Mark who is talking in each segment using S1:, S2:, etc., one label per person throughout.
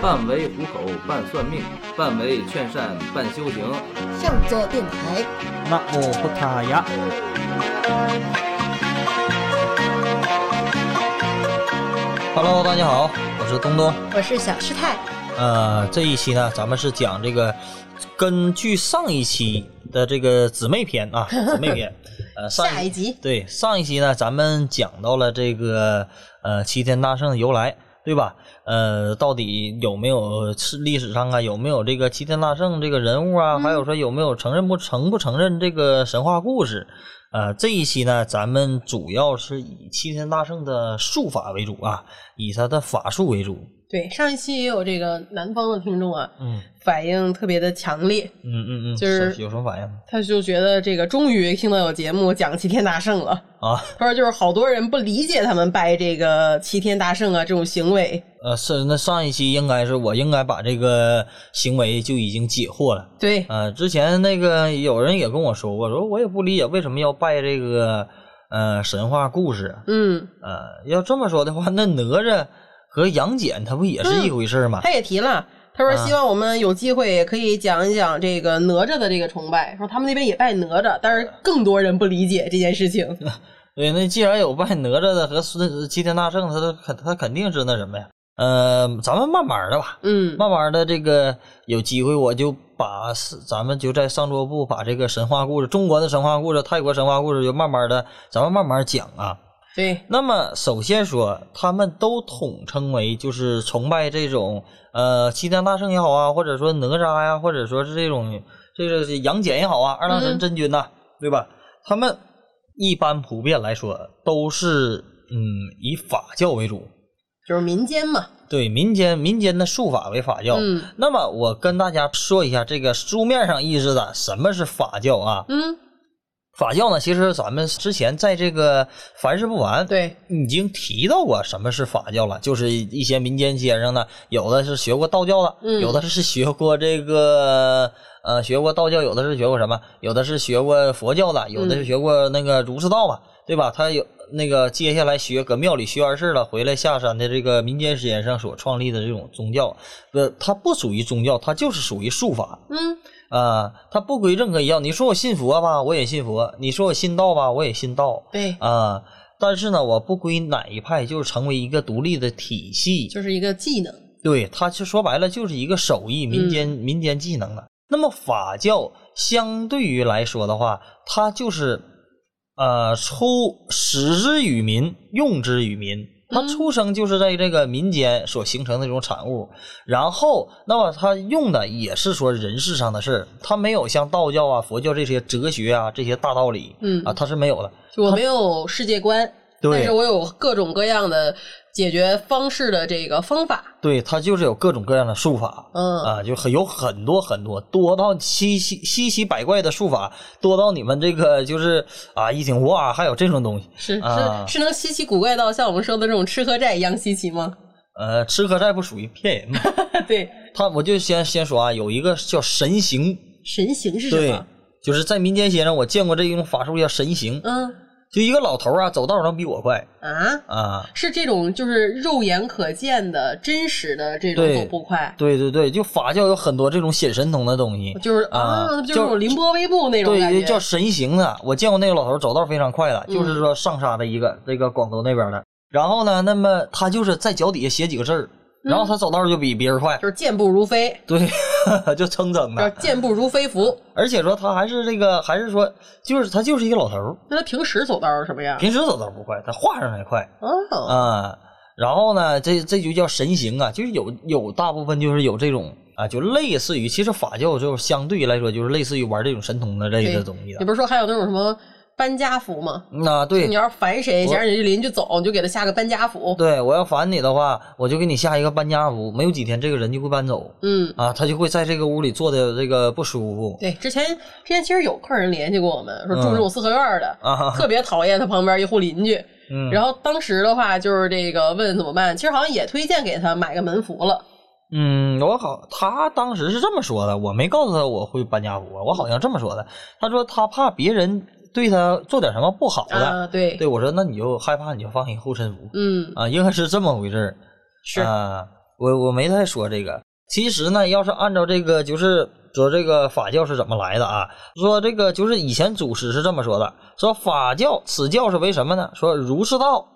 S1: 半为虎口，半算命，半为劝善，半修行。
S2: 向左电台，
S3: 那我不塔呀，
S4: Hello，大家好，我是东东。
S2: 我是小师太。
S4: 呃，这一期呢，咱们是讲这个，根据上一期的这个姊妹篇 啊，姊妹篇。呃，上
S2: 下一集
S4: 对上一期呢，咱们讲到了这个呃齐天大圣的由来，对吧？呃，到底有没有是历史上啊有没有这个齐天大圣这个人物
S5: 嗯
S4: 啊？还有说有没有承认不承不承认这个神话故事？呃，这一期呢，咱们主要是以齐天大圣的术法为主啊，以他的法术为主。
S5: 对，上一期也有这个南方的听众啊，
S4: 嗯
S5: 反应特别的强烈，
S4: 嗯嗯嗯，
S5: 就是
S4: 有什么反应
S5: 他就觉得这个终于听到有节目讲齐天大圣了。
S4: 啊？
S5: 他说就是好多人不理解他们拜这个齐天大圣啊这种行为。
S4: 呃，是那上一期应该是我应该把这个行为就已经解惑了。
S5: 对，
S4: 呃，之前那个有人也跟我说过，说我也不理解为什么要拜这个呃神话故事。
S5: 嗯，
S4: 呃，要这么说的话，那哪吒和杨戬他不也是一回事儿吗？
S5: 他也提了。他说：“
S4: 啊
S5: 希望我们有机会可以讲一讲这个哪吒的这个崇拜。说他们那边也拜哪吒，但是更多人不理解这件事情。
S4: 对，那既然有拜哪吒的和孙齐天大圣，他都肯他肯定是那什么呀？呃，咱们慢慢的吧，
S5: 嗯，
S4: 慢慢的这个有机会我就把是咱们就在上桌部把这个神话故事，中国的神话故事、泰国神话故事就慢慢的，咱们慢慢讲啊。
S5: 对，
S4: 那么首先说，他们都统称为就是崇拜这种呃齐天大圣也好啊，或者说哪吒呀、或者说是这种这个是杨戬也好啊，二郎神
S5: 嗯
S4: 真君呐、对吧？他们一般普遍来说都是嗯以法教为主，
S5: 就是民间嘛。
S4: 对民间民间的术法为法教。
S5: 嗯
S4: 那么我跟大家说一下这个书面上意思的什么是法教啊？
S5: 嗯，
S4: 法教呢，其实咱们之前在这个《凡事不完》
S5: 对，
S4: 已经提到过什么是法教了，就是一些民间先生呢，有的是学过道教的，
S5: 嗯
S4: 有的是学过这个呃学过道教，有的是学过什么，有的是学过佛教的，有的是学过那个儒释道嘛，对吧？他有那个接下来学搁庙里学完事儿了，回来下山的这个民间先生所创立的这种宗教，呃，它不属于宗教，它就是属于术法。
S5: 嗯，
S4: 啊，它不归任何一样。你说我信佛吧，我也信佛；你说我信道吧，我也信道。
S5: 对，
S4: 啊，但是呢，我不归哪一派，就是成为一个独立的体系。
S5: 就是一个技能。
S4: 对，它就说白了就是一个手艺，
S5: 嗯
S4: 民间、民间技能了。那么法教相对于来说的话，它就是呃出使之于民，用之于民。它
S5: 嗯
S4: 出生就是在这个民间所形成的这种产物，然后，那么它用的也是说人事上的事儿，它没有像道教啊、佛教这些哲学啊这些大道理，
S5: 嗯
S4: 啊，它是没有的。
S5: 就我没有世界观，
S4: 对
S5: 但是我有各种各样的解决方式的这个方法。
S4: 对，它就是有各种各样的术法，
S5: 嗯
S4: 啊，就很有很多很多，多到稀奇稀奇百怪的术法，多到你们这个就是啊一听哇，还有这种东西，
S5: 是是、
S4: 啊
S5: 是能稀奇古怪到像我们说的这种吃喝债一样稀奇吗？
S4: 呃，吃喝债不属于骗人吗？
S5: 对，
S4: 他我就先先说啊，有一个叫神行，
S5: 神行是什
S4: 对
S5: 么？，
S4: 就是在民间先生我见过这一种法术叫神行，
S5: 嗯
S4: 就一个老头啊走道儿能比我快
S5: 啊，
S4: 啊，
S5: 是这种就是肉眼可见的真实的这种
S4: 对
S5: 走步快，
S4: 对对对，就法教有很多这种显神通的东西，
S5: 就是
S4: 啊
S5: 那不就是
S4: 就
S5: 那种凌波微步那种感
S4: 对，
S5: 觉，
S4: 叫神行的。我见过那个老头走道非常快的，
S5: 嗯
S4: 就是说上沙的一个，这个广东那边的。然后呢，那么他就是在脚底下写几个字儿，然后他走道就比别人快，
S5: 嗯就是健步如飞，
S4: 对， 就蹭蹭
S5: 叫
S4: 的。
S5: 健步如飞符。
S4: 而且说他还是这个，还是说就是他就是一个老头儿，
S5: 那他平时走道是什么样？
S4: 平时走道不快，他画上才快
S5: 哦，
S4: 啊、然后呢，这这就叫神行啊，就是有有大部分就是有这种啊，就类似于其实法教就是相对来说就是类似于玩这种神通的类的
S5: 对
S4: 东西
S5: 你
S4: 的。
S5: 不是说还有那种什么搬家符吗？
S4: 那对，
S5: 你要是烦谁，
S4: 我
S5: 想让你邻居走，你就给他下个搬家符。
S4: 对，我要烦你的话，我就给你下一个搬家符，没有几天这个人就会搬走
S5: 嗯，
S4: 啊，他就会在这个屋里坐的这个不舒服
S5: 对，之前之前其实有客人联系过我们，说住
S4: 嗯
S5: 这种四合院的，
S4: 啊。
S5: 特别讨厌他旁边一户邻居。
S4: 嗯，
S5: 然
S4: 后
S5: 后当时的话就是这个问怎么办，其实好像也推荐给他买个门符了。
S4: 嗯，我好，他当时是这么说的，我没告诉他我会搬家符，我好像这么说的。他说他怕别人对他做点什么不好的，
S5: 啊，对，
S4: 对我说那你就害怕你就放一护身符、
S5: 嗯，
S4: 啊，应该是这么回事儿
S5: 是
S4: 啊。我我没太说这个。其实呢，要是按照这个，就是说这个法教是怎么来的啊？说这个就是以前祖师是这么说的：说法教此教是为什么呢？说儒释道，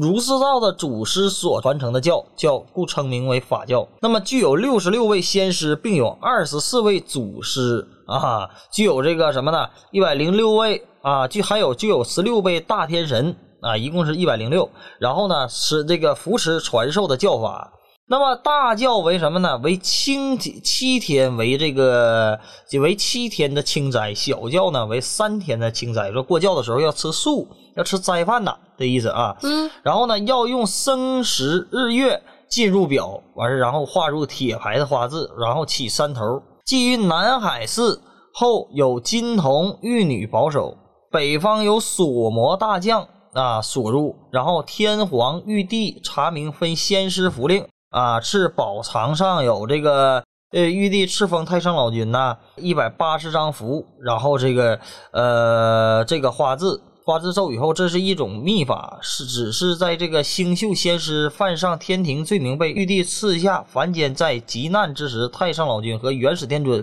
S4: 儒释道的祖师所传承的教，教故称名为法教。那么具有六十六位先师，并有二十四位祖师啊，具有这个什么呢？一百零六位啊，具还有具有十六位大天神啊，一共是一百零六。然后呢，是这个扶持传授的教法。那么大教为什么呢？为清体七天为这个就为七天的清斋，小教呢为三天的清斋。说过教的时候要吃素，要吃斋饭呐，这意思啊。
S5: 嗯，
S4: 然后呢，要用生时日月进入表，完事然后画入铁牌的花字，然后起山头。基于南海寺后有金童玉女保守，北方有锁魔大将啊所入，然后天皇玉帝查明分先师符令。啊，赐宝藏上有这个呃玉帝敕封太上老君呐一百八十张符，然后这个呃这个花字花字咒语后，这是一种秘法，是只是在这个星宿先师犯上天庭罪名被玉帝赐下凡间，在极难之时，太上老君和元始天尊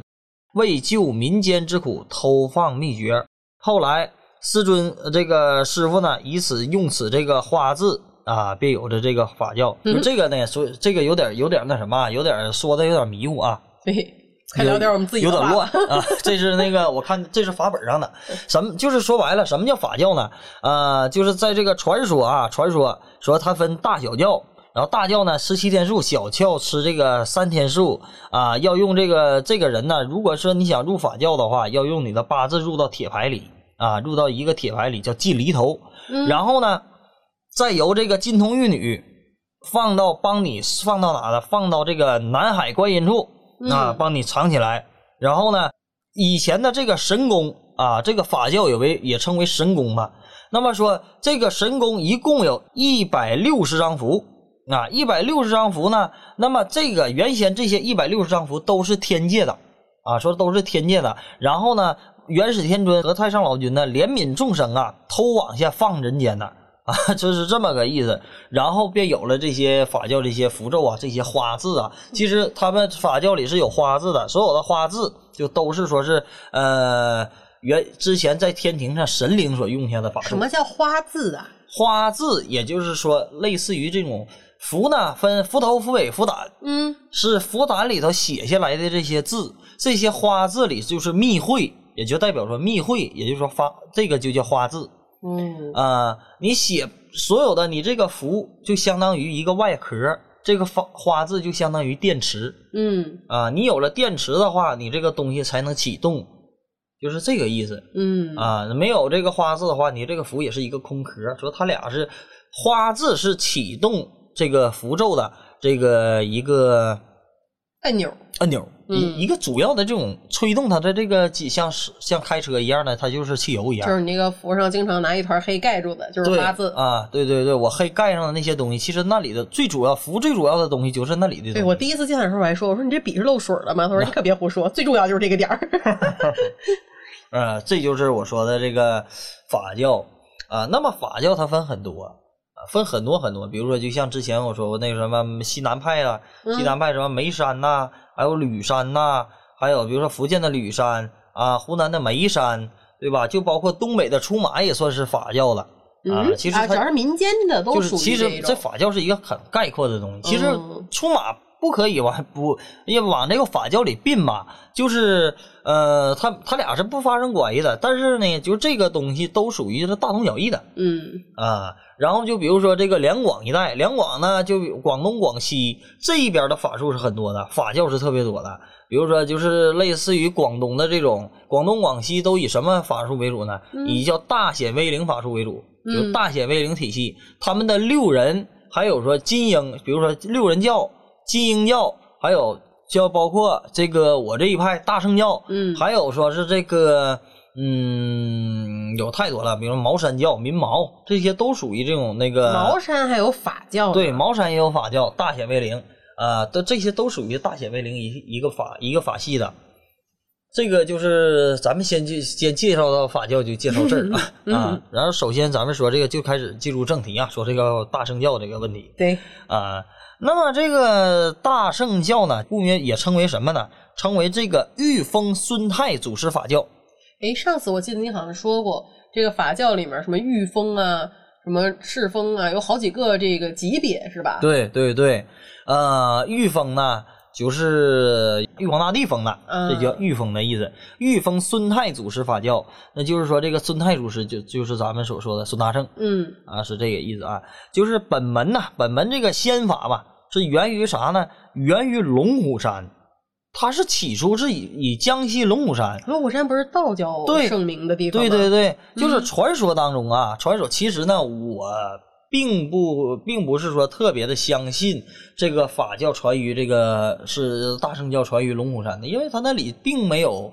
S4: 为救民间之苦，偷放秘诀。后来师尊呃这个师傅呢，以此用此这个花字啊，便有的这个法教。就这个呢，所以这个有点有点那什么啊，有点说的有点迷糊啊，
S5: 对， 快聊点我们自己
S4: 有
S5: 的
S4: 点
S5: 吧
S4: 乱 啊。这是那个，我看这是法本上的，什么就是说白了，什么叫法教呢？呃，就是在这个传说啊，传说说它分大小教。然后大教呢吃七天素，小教吃这个三天素啊，要用这个这个人呢，如果说你想入法教的话，要用你的八字入到铁牌里啊，入到一个铁牌里叫系犁头，然后呢，再由这个金童玉女放到帮你放到哪呢？放到这个南海观音处啊，帮你藏起来。然后呢，以前的这个神功啊，这个法教也为也称为神功嘛。那么说，这个神功一共有一百六十张符啊，一百六十张符呢。那么这个原先这些一百六十张符都是天界的啊，说都是天界的。然后呢，元始天尊和太上老君呢，怜悯众生啊，偷往下放人间呢。啊， 就是这么个意思。然后便有了这些法教这些符咒啊，这些花字啊。其实他们法教里是有花字的，所有的花字就都是说是呃原之前在天庭上神灵所用下的法
S5: 什
S4: 术。
S5: 么叫花字 啊？
S4: 花字，也就是说类似于这种符呢，分符头、符尾、符胆。
S5: 嗯，
S4: 是佛坛里头写下来的这些字，这些花字里就是密会，也就代表说密会，也就是说发这个就叫花字。
S5: 嗯，
S4: 呃，你写所有的你这个符就相当于一个外壳，这个花花字就相当于电池
S5: 嗯，
S4: 啊、你有了电池的话，你这个东西才能启动，就是这个意思
S5: 嗯，
S4: 啊、没有这个花字的话，你这个符也是一个空壳。说它俩是花字是启动这个符咒的这个一个
S5: 按钮，
S4: 按钮，
S5: 嗯
S4: 一一个主要的这种推动它的这个几像是像开车一样的，它就是汽油一样
S5: 就。是你那个符上经常拿一团黑盖住的，就是
S4: 对
S5: 花字。
S4: 啊，对对对，我黑盖上的那些东西，其实那里的最主要符最主要的东西就是那里的东西。
S5: 对我第一次见的时候我还说，我说你这笔是漏水了吗？他说你可别胡说，最重要就是这个 点儿。
S4: 呃，这就是我说的这个法教啊、那么法教它分很多啊，分很多很多，比如说就像之前我说过那个什么西南派啊，西
S5: 嗯
S4: 南派什么眉山呐、还有吕山呐、还有比如说福建的吕山啊，湖南的眉山，对吧？就包括东北的出马也算是法教了啊。
S5: 嗯，
S4: 其实
S5: 啊，只
S4: 它
S5: 要是民间的都
S4: 就是
S5: 属于
S4: 其实这
S5: 种。
S4: 法教是一个很概括的东西，其实
S5: 嗯
S4: 出马不可以往不也往这个法教里并嘛，就是呃，它它俩是不发生关系的，但是呢，就这个东西都属于是大同小异的
S5: 嗯
S4: 啊。然后就比如说这个两广一带，两广呢就广东、广西这一边的法术是很多的，法教是特别多的。比如说，就是类似于广东的这种，广东、广西都以什么法术为主呢？以叫大显威灵法术为主，就是大显威灵体系。他们的六人，还有说金鹰，比如说六人教、金鹰教，还有叫包括这个我这一派大圣教，
S5: 嗯
S4: 还有说是这个。嗯，有太多了，比如茅山教、民茅，这些都属于这种那个
S5: 茅山还有法教呢，
S4: 呃对，茅山也有法教，大显威灵啊，都这些都属于大显威灵一一个法一个法系的。这个就是咱们先介先介绍到法教，就介绍这 儿啊、
S5: 嗯
S4: 啊。然后首先咱们说这个就开始进入正题啊，说这个大圣教这个问题
S5: 对，
S4: 啊。那么这个大圣教呢，故名也称为什么呢？称为这个玉峰孙泰祖师法教。
S5: 哎，上次我记得你好像说过，这个法教里面什么御风啊，什么赤风啊，有好几个这个级别是吧？，
S4: 对对对，呃，玉峰呢，就是玉皇大帝封的，这叫玉峰的意思。玉峰孙太祖师法教，那就是说这个孙太祖师就就是咱们所说的孙大圣
S5: 嗯
S4: 啊，是这个意思啊。就是本门呐、本门这个仙法吧，是源于啥呢？源于龙虎山，它是起初是以以江西龙虎山
S5: 龙虎山不是道教
S4: 对
S5: 盛名的地方
S4: 对
S5: 吗？
S4: 对
S5: 对，
S4: 对，就是
S5: 嗯
S4: 传说当中啊，传说其实呢，我并不并不是说特别的相信这个法教传于这个是大圣教传于龙虎山的，因为他那里并没有。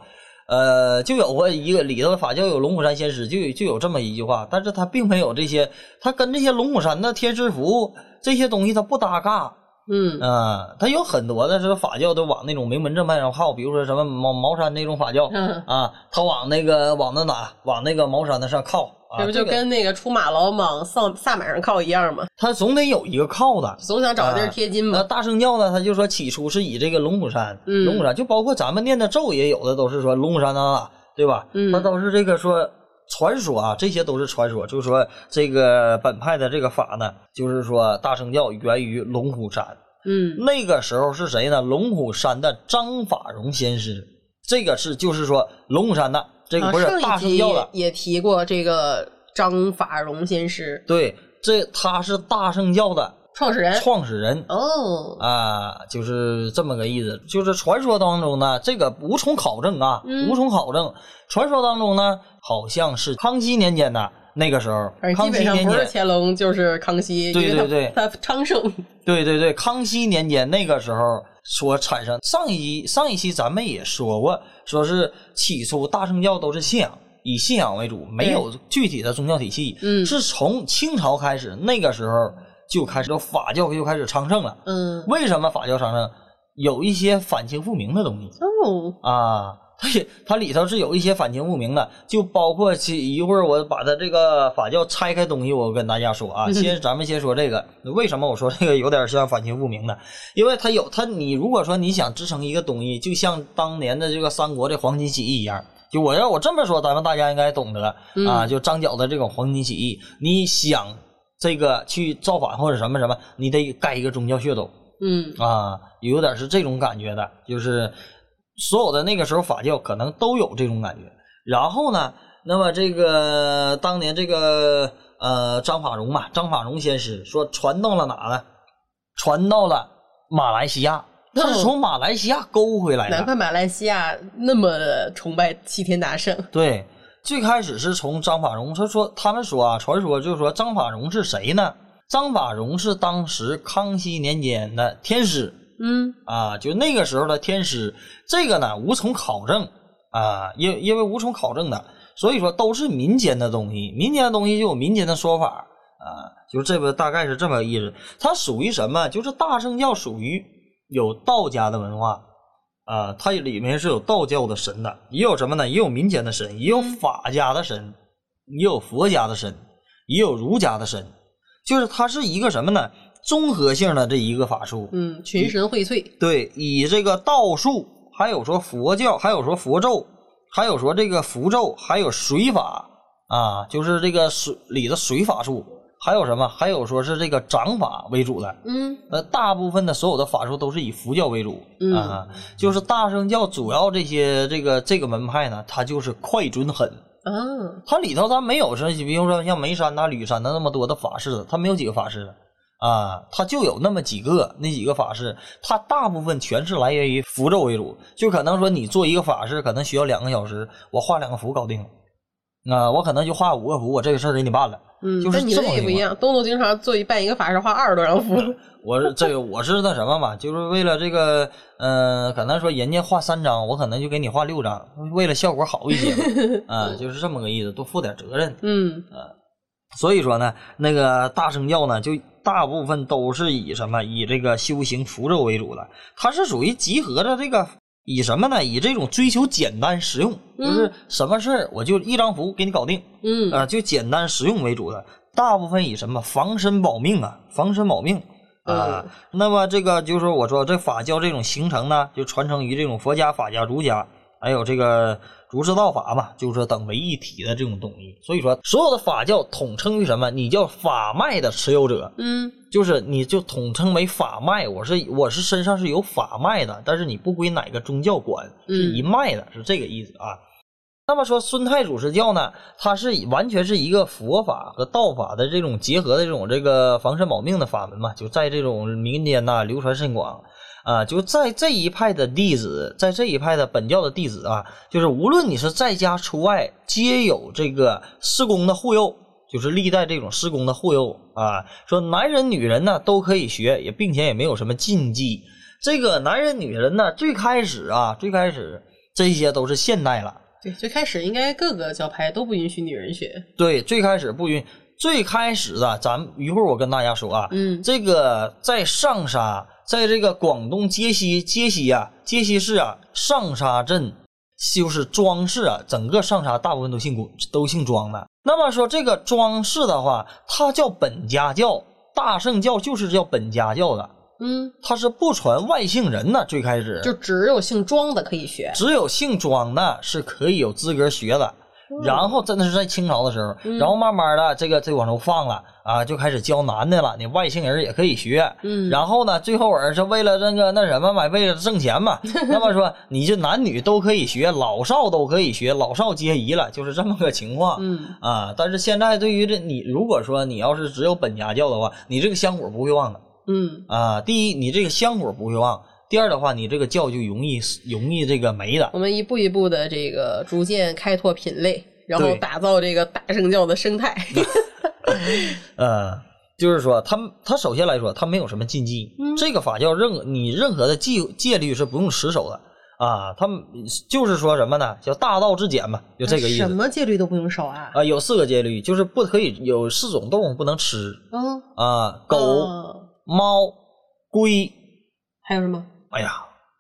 S4: 呃，就有过一个里头法教有龙虎山仙师，就有就有这么一句话，但是他并没有这些，他跟这些龙虎山的天师符这些东西他不搭嘎，
S5: 嗯
S4: 啊，它有很多的是法教都往那种名门正派上靠，比如说什么茅茅山那种法教、
S5: 嗯
S4: 啊，他往那个往那哪往那个茅山那上靠啊，
S5: 这不就
S4: 这个
S5: 跟那个出马老往萨萨满上靠一样吗？
S4: 他总得有一个靠的。
S5: 总想找个地
S4: 啊
S5: 儿贴金
S4: 那
S5: 嘛。
S4: 大圣教呢，他就说起初是以这个龙虎山，
S5: 嗯
S4: 龙虎山就包括咱们念的咒也有的都是说龙虎山哪哪，对吧？
S5: 嗯
S4: 他都是这个说传说啊，这些都是传说，就是说这个本派的这个法呢，就是说大圣教源于龙虎山。
S5: 嗯
S4: 那个时候是谁呢？龙虎山的张法荣先师，这个是就是说龙虎山的，这个
S5: 啊，
S4: 不是
S5: 上
S4: 大
S5: 一
S4: 圣
S5: 集
S4: 教的，
S5: 也提过这个张法荣先师
S4: 对，这他是大圣教的
S5: 创始人。
S4: 创始人。
S5: 哎哦，
S4: 啊，就是这么个意思。就是传说当中呢，这个无从考证啊，
S5: 嗯
S4: 无从考证。传说当中呢，好像是康熙年间的那个时候
S5: 反，正基
S4: 康熙
S5: 本上
S4: 年
S5: 不是
S4: 间，
S5: 乾隆就是康熙，
S4: 对
S5: 因为他
S4: 对对
S5: 他 昌盛。
S4: 对对对，康熙年间那个时候所产生，上一上一期咱们也说过，说是起初大圣教都是信仰，啊以信仰为主，没有具体的宗教体系。
S5: 嗯
S4: 是从清朝开始，那个时候就开始法教就开始昌盛了。
S5: 嗯，
S4: 为什么法教昌盛？有一些反清复明的东西
S5: 哦，
S4: 啊。它也它里头是有一些反清复明的，就包括其一会儿我把它这个法教拆开东西，我跟大家说啊，
S5: 嗯
S4: 先咱们先说这个，为什么我说这个有点像反清复明呢？因为它有它，你如果说你想支撑一个东西，就像当年的这个三国的黄巾起义一样。就我要我这么说，咱们大家应该懂得、啊。
S5: 嗯
S4: 就张角的这种黄巾起义，你想这个去造反或者什么什么，你得盖一个宗教血统，
S5: 嗯
S4: 啊，有点是这种感觉的，就是所有的那个时候法教可能都有这种感觉。然后呢，那么这个当年这个呃张法荣嘛，张法荣先师说传到了哪呢？传到了马来西亚，他是从马来西亚勾回来
S5: 难
S4: 的。
S5: 怪马来西亚那么崇拜齐天大圣。
S4: 对，最开始是从张法荣，他说他们说啊，传说就是说张法荣是谁呢？张法荣是当时康熙年间的天师。
S5: 嗯
S4: 啊，就那个时候的天师，这个呢无从考证啊，因因为无从考证的，所以说都是民间的东西，民间的东西就有民间的说法啊，就是这个大概是这么个意思。它属于什么？就是大圣教属于有道家的文化啊，它里面是有道教的神的，也有什么呢？也有民间的神，也有法家的神，也有佛家的神，也有儒家的神，就是它是一个什么呢？综合性的这一个法术，
S5: 嗯，群神荟萃。
S4: 对，以这个道术，还有说佛教，还有说佛咒，还有说这个符咒，还有水法啊，就是这个水里的水法术，还有什么？还有说是这个掌法为主的。
S5: 嗯
S4: 那大部分的所有的法术都是以佛教为主、
S5: 嗯
S4: 啊，就是大圣教主要这些这个这个门派呢，它就是快准狠，
S5: 啊，
S4: 它里头它没有说，比如说像眉山呐、吕山呐那么多的法师，它没有几个法师啊，它就有那么几个，那几个法师，它大部分全是来源于符咒为主，就可能说你做一个法师可能需要两个小时，我画两个符搞定了，啊，我可能就画五个符，我这个事儿给你办了。
S5: 嗯，
S4: 就是
S5: 但你
S4: 这
S5: 那
S4: 么
S5: 也
S4: 个
S5: 不一
S4: 情
S5: 样。东东经常做一办一个法事，花二十多张符。
S4: 我是这个我是那什么嘛，就是为了这个，呃，可能说人家画三张，我可能就给你画六张，为了效果好一些嘛 啊，就是这么个意思，多负点责任。
S5: 嗯
S4: 所以说呢，那个大圣教呢，就大部分都是以什么以这个修行符咒为主的，它是属于集合着这个以什么呢？以这种追求简单实用，就是什么事儿我就一张符给你搞定，
S5: 嗯
S4: 啊、就简单实用为主的，大部分以什么防身保命啊，防身保命啊、那么这个就是说我说这法教这种形成呢，就传承于这种佛家、法家、儒家，还有这个儒释道法嘛，就是说等为一体的这种东西。所以说，所有的法教统称于什么？你叫法脉的持有者，
S5: 嗯
S4: 就是你就统称为法脉。我是我是身上是有法脉的，但是你不归哪个宗教管，是一脉的，是这个意思啊。那么说，孙太祖师教呢，它是完全是一个佛法和道法的这种结合的这种这个防身保命的法门嘛，就在这种民间呐、流传甚广啊。就在这一派的弟子，在这一派的本教的弟子啊，就是无论你是在家出外，皆有这个师公的护佑，就是历代这种师公的护佑啊。说男人女人呢都可以学，也并且也没有什么禁忌。这个男人女人呢，最开始啊，最开始这些都是现代了。
S5: 对，最开始应该各个教派都不允许女人学。
S4: 对，最开始不允，最开始啊，咱们一会儿我跟大家说啊，
S5: 嗯
S4: 这个在上沙，在这个广东揭西揭西啊，揭西市啊，上沙镇就是庄氏啊，整个上沙大部分都姓古，都姓庄的。那么说这个庄氏的话，它叫本家教，大圣教就是叫本家教的，
S5: 嗯，
S4: 它是不传外姓人的，最开始
S5: 就只有姓庄的可以学。
S4: 只有姓庄的是可以有资格学的。
S5: 哦
S4: 然后真的是在清朝的时候，
S5: 嗯
S4: 然后慢慢的这个这往后放了啊，就开始教男的了，你外姓人也可以学。
S5: 嗯
S4: 然后呢，最后儿是为了那个那什么嘛，为了挣钱 嘛。那么说你这男女都可以学，老少都可以学，老少皆宜了，就是这么个情况。
S5: 嗯
S4: 啊，但是现在对于这你，如果说你要是只有本家教的话，你这个香火不会旺的。
S5: 嗯
S4: 啊，第一，你这个香火不会旺；第二的话，你这个教就容易容易这个没的。
S5: 我们一步一步的这个逐渐开拓品类，然后
S4: 对
S5: 打造这个大圣教的生态。
S4: 呃，就是说，他们他首先来说，他没有什么禁忌，
S5: 嗯
S4: 这个法教任你任何的戒戒律是不用持守的啊。他们就是说什么呢？叫大道至简嘛，就这个意
S5: 什
S4: 思。
S5: 么戒律都不用守啊。
S4: 啊，有四个戒律，就是不可以有四种动物不能吃
S5: 嗯，
S4: 啊，狗、
S5: 嗯
S4: 猫、龟，
S5: 还有什么？
S4: 哎呀，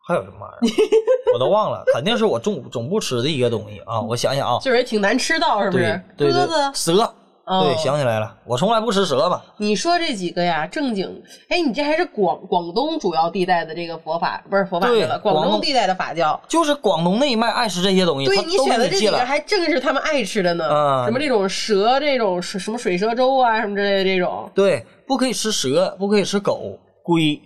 S4: 还有什么玩意儿？ 我都忘了，肯定是我总总不吃的一个东西啊！我想想啊，
S5: 就是也挺难吃到，是不
S4: 对
S5: 是？
S4: 对
S5: 鸽
S4: 对，
S5: 子，
S4: 蛇，
S5: 哦
S4: 对，想起来了，我从来不吃蛇吧？
S5: 你说这几个呀，正经，哎，你这还是广广东主要地带的这个佛法，不是佛法
S4: 对
S5: 去了，
S4: 广
S5: 广
S4: 东
S5: 东地带的法教。
S4: 就是广东那一脉爱吃这些东西，
S5: 对
S4: 他
S5: 你
S4: 都给
S5: 选的
S4: 你
S5: 这
S4: 戒
S5: 几个
S4: 了。
S5: 还正是他们爱吃的呢，
S4: 啊
S5: 什么这种蛇，这种水什么水蛇粥啊，什么之类的这种
S4: 对，不可以吃蛇，不可以吃狗、龟，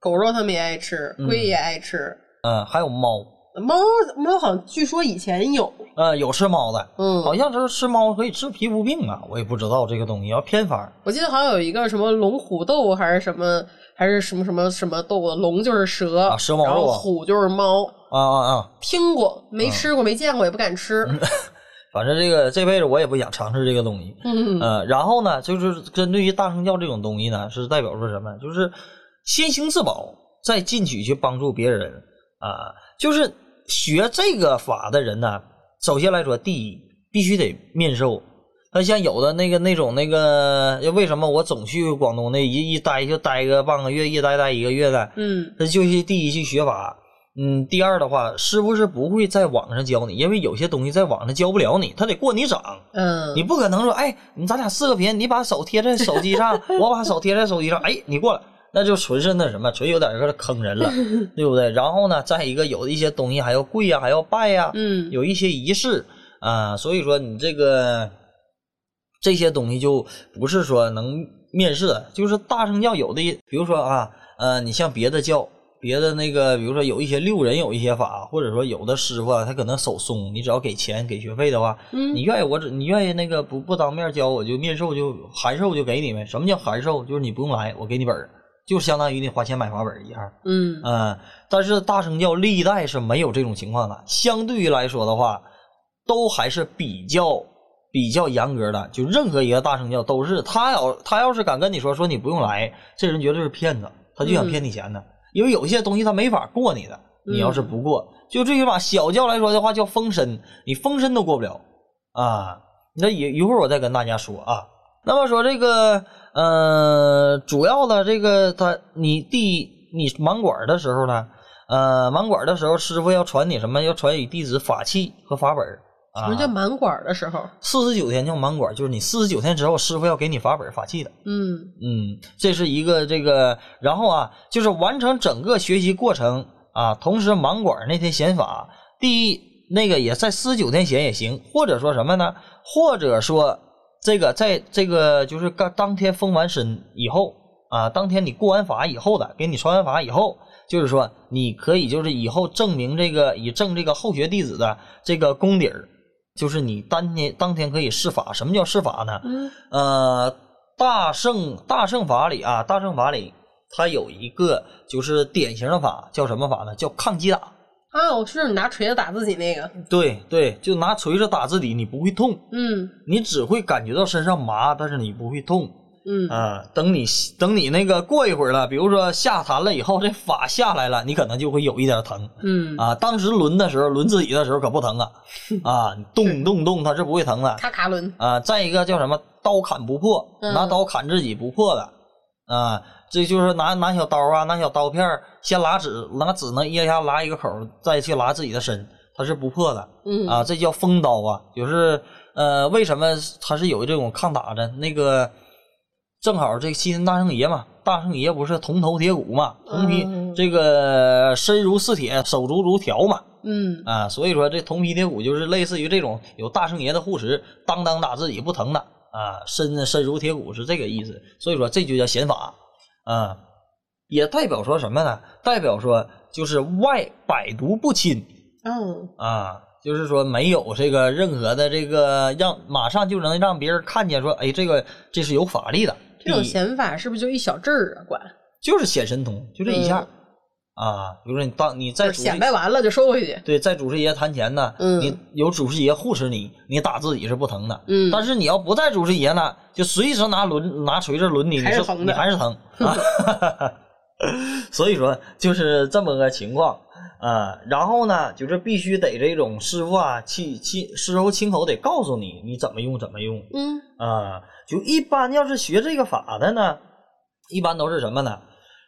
S5: 狗肉他们也爱吃，
S4: 嗯
S5: 龟也爱吃，
S4: 嗯、还有猫，
S5: 猫猫好像据说以前有，
S4: 呃，有吃猫的，
S5: 嗯，
S4: 好像就是吃猫可以治皮肤病啊，我也不知道这个东西，要偏方。
S5: 我记得好像有一个什么龙虎斗还是什么还是什么什么什么斗啊，龙就是蛇，
S4: 啊蛇毛
S5: 然后
S4: 肉啊
S5: 虎就是猫，
S4: 啊啊啊！
S5: 听过没吃过、没见过也不敢吃，
S4: 反正这个这辈子我也不想尝试这个东西。
S5: 嗯
S4: 呃，然后呢，就是针对于大乘教这种东西呢，是代表着什么？就是先行自保，再进取去帮助别人啊、就是学这个法的人呢，首先来说，第一必须得面授。那像有的那个那种那个，为什么我总去广东那一一待就待个半个月，一待待一个月的？
S5: 嗯
S4: 那就是第一去学法，嗯，第二的话，是不是不会在网上教你？因为有些东西在网上教不了你，他得过你掌。
S5: 嗯，
S4: 你不可能说，哎，你咱俩视个频，你把手贴在手机上，我把手贴在手机上，哎，你过来，那就纯是那什么，纯有点儿坑人了，对不对？然后呢，再一个，有的一些东西还要跪呀、还要拜呀、
S5: 嗯
S4: 有一些仪式啊、所以说你这个这些东西就不是说能面试的，就是大乘教有的，比如说啊，呃，你像别的教。别的那个，比如说有一些六人有一些法，或者说有的师傅啊，他可能手松，你只要给钱给学费的话，
S5: 嗯
S4: 你愿意我只你愿意那个不不当面教我就面授就函授就给你呗。什么叫函授？就是你不用来，我给你本儿，就相当于你花钱买法本儿一样。
S5: 嗯
S4: 嗯，但是大乘教历代是没有这种情况的，相对于来说的话，都还是比较比较严格的。就任何一个大乘教都是，他要他要是敢跟你说说你不用来，这人绝对是骗子，他就想骗你钱的。因为有一些东西他没法过你的，你要是不过，就至于把小教来说的话叫封身，你封身都过不了啊。那一一会儿我再跟大家说啊。那么说这个呃，主要的这个他，你第一你满馆的时候呢，呃，满馆的时候师傅要传你什么？要传你弟子法器和法本儿
S5: 什么叫满馆的时候？
S4: 四十九天叫满馆，就是你四十九天之后，师傅要给你法本法器的。
S5: 嗯
S4: 嗯，这是一个这个，然后啊，就是完成整个学习过程啊，同时满馆那天显法，第一那个也在四十九天显也行，或者说什么呢？或者说这个在这个就是刚当天封完身以后啊，当天你过完法以后的，给你传完法以后。就是说，你可以就是以后证明这个以证这个后学弟子的这个功底儿，就是你当天当天可以试法。什么叫试法呢？
S5: 嗯
S4: 呃，大圣大圣法里啊，大圣法里它有一个就是典型的法，叫什么法呢？叫抗击打。
S5: 啊，我是你拿锤子打自己那个。
S4: 对对，就拿锤子打自己，你不会痛，
S5: 嗯
S4: 你只会感觉到身上麻，但是你不会痛
S5: 嗯
S4: 啊、等你等你那个过一会儿了，比如说下坛了以后，这法下来了，你可能就会有一点疼。
S5: 嗯，
S4: 啊，当时抡的时候，抡自己的时候可不疼啊，啊，你动动动它是不会疼的，
S5: 卡卡伦。
S4: 啊，再一个叫什么刀砍不破，
S5: 嗯
S4: 拿刀砍自己不破的，啊，这就是拿拿小刀啊，拿小刀片儿先拉纸，拿纸呢一下拉一个口儿，再去拉自己的身，它是不破的，
S5: 嗯
S4: 啊，这叫风刀啊，就是呃，为什么它是有这种抗打的？那个正好这西天大圣爷嘛，大圣爷不是铜头铁骨嘛，铜皮、
S5: 嗯
S4: 这个身如似铁，手足如条嘛，
S5: 嗯
S4: 啊，所以说这铜皮铁骨就是类似于这种有大圣爷的护持，当当打自己不疼的啊，身身如铁骨是这个意思。所以说这就叫显法啊，也代表说什么呢？代表说就是外百毒不侵
S5: 嗯
S4: 啊，就是说没有这个任何的这个让马上就能让别人看见说，哎，这个这是有法力的，
S5: 这种
S4: 你
S5: 显法是不是就一小阵儿啊？管
S4: 就是显神通，就这一下、啊，比如说你当你在
S5: 就是显摆完了就收回去。
S4: 对，在祖师爷坛前呢，
S5: 嗯
S4: 你有祖师爷护持你，你打自己是不疼的。
S5: 嗯
S4: 但是你要不在祖师爷呢，就随时拿抡拿锤子抡你，你
S5: 还是
S4: 是
S5: 疼的
S4: 你还是 疼。啊、所以说就是这么个情况啊、然后呢，就是必须得这种师傅啊，亲亲师傅亲口得告诉你你怎么用怎么用
S5: 嗯
S4: 啊、就一般要是学这个法的呢，一般都是什么呢？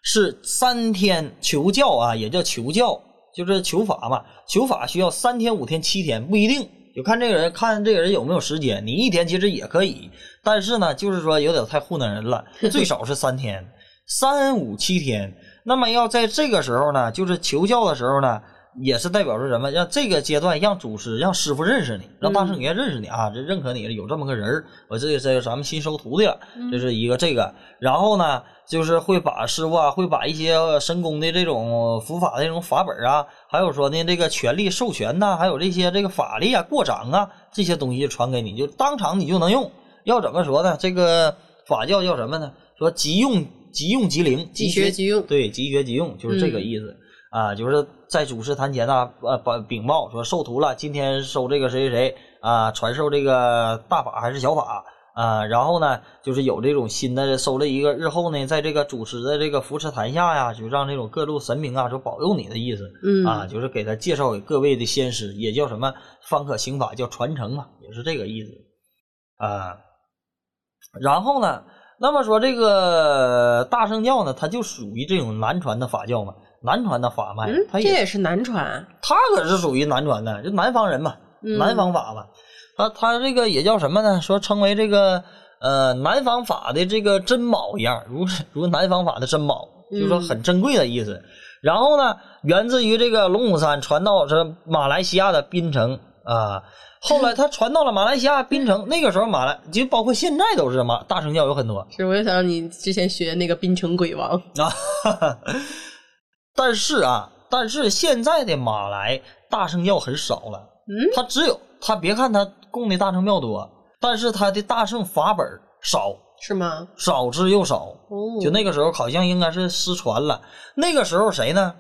S4: 是三天求教啊，也叫求教，就是求法嘛。求法需要三天、五天、七天，不一定，就看这个人，看这个人有没有时间。你一天其实也可以，但是呢，就是说有点太糊弄人了，最少是三天，三五七天。那么要在这个时候呢，就是求教的时候呢，也是代表着什么？让这个阶段让祖师、让师傅认识你，让大圣爷认识你啊，这认可你有这么个人儿我这这是咱们新收徒弟了，这是一个这个。然后呢，就是会把师傅啊，会把一些神功的这种伏法的这种法本啊，还有说呢这个权力授权呐、还有这些这个法力啊、过掌啊这些东西传给你，就当场你就能用。要怎么说呢？这个法教叫什么呢？说即用即用即灵，
S5: 即学即用
S4: 对，即学即用就是这个意思、啊，就是在祖师坛前呐、呃，把禀报说授徒了，今天收这个谁谁谁啊，传授这个大法还是小法啊，然后呢，就是有这种新的收了一个，日后呢，在这个祖师的这个扶持坛下呀，就让这种各路神明啊，就保佑你的意思。
S5: 嗯
S4: 啊，就是给他介绍给各位的先师，也叫什么方可行法，叫传承嘛，也是这个意思啊。然后呢，那么说这个大圣教呢，它就属于这种南传的法教嘛，南传的法脉，
S5: 嗯，
S4: 它
S5: 这
S4: 也
S5: 也是南传。
S4: 它可是属于南传的，就南方人嘛，
S5: 嗯
S4: 南方法嘛，它它这个也叫什么呢？说称为这个呃南方法的这个珍宝一样，如如南方法的珍宝，就是说很珍贵的意思。然后呢，源自于这个龙虎山传到这马来西亚的槟城啊。后来它传到了马来西亚槟城，那个时候马来就包括现在都是马大乘教有很多，
S5: 是，我就想让你之前学那个槟城鬼王。
S4: 啊，哈哈，但是啊，但是现在的马来大圣教很少了，
S5: 嗯，
S4: 他只有他别看他供的大圣庙多，但是他的大圣法本儿少，
S5: 是吗？
S4: 少之又少。
S5: 哦
S4: 就那个时候好像应该是失传了。那个时候谁呢？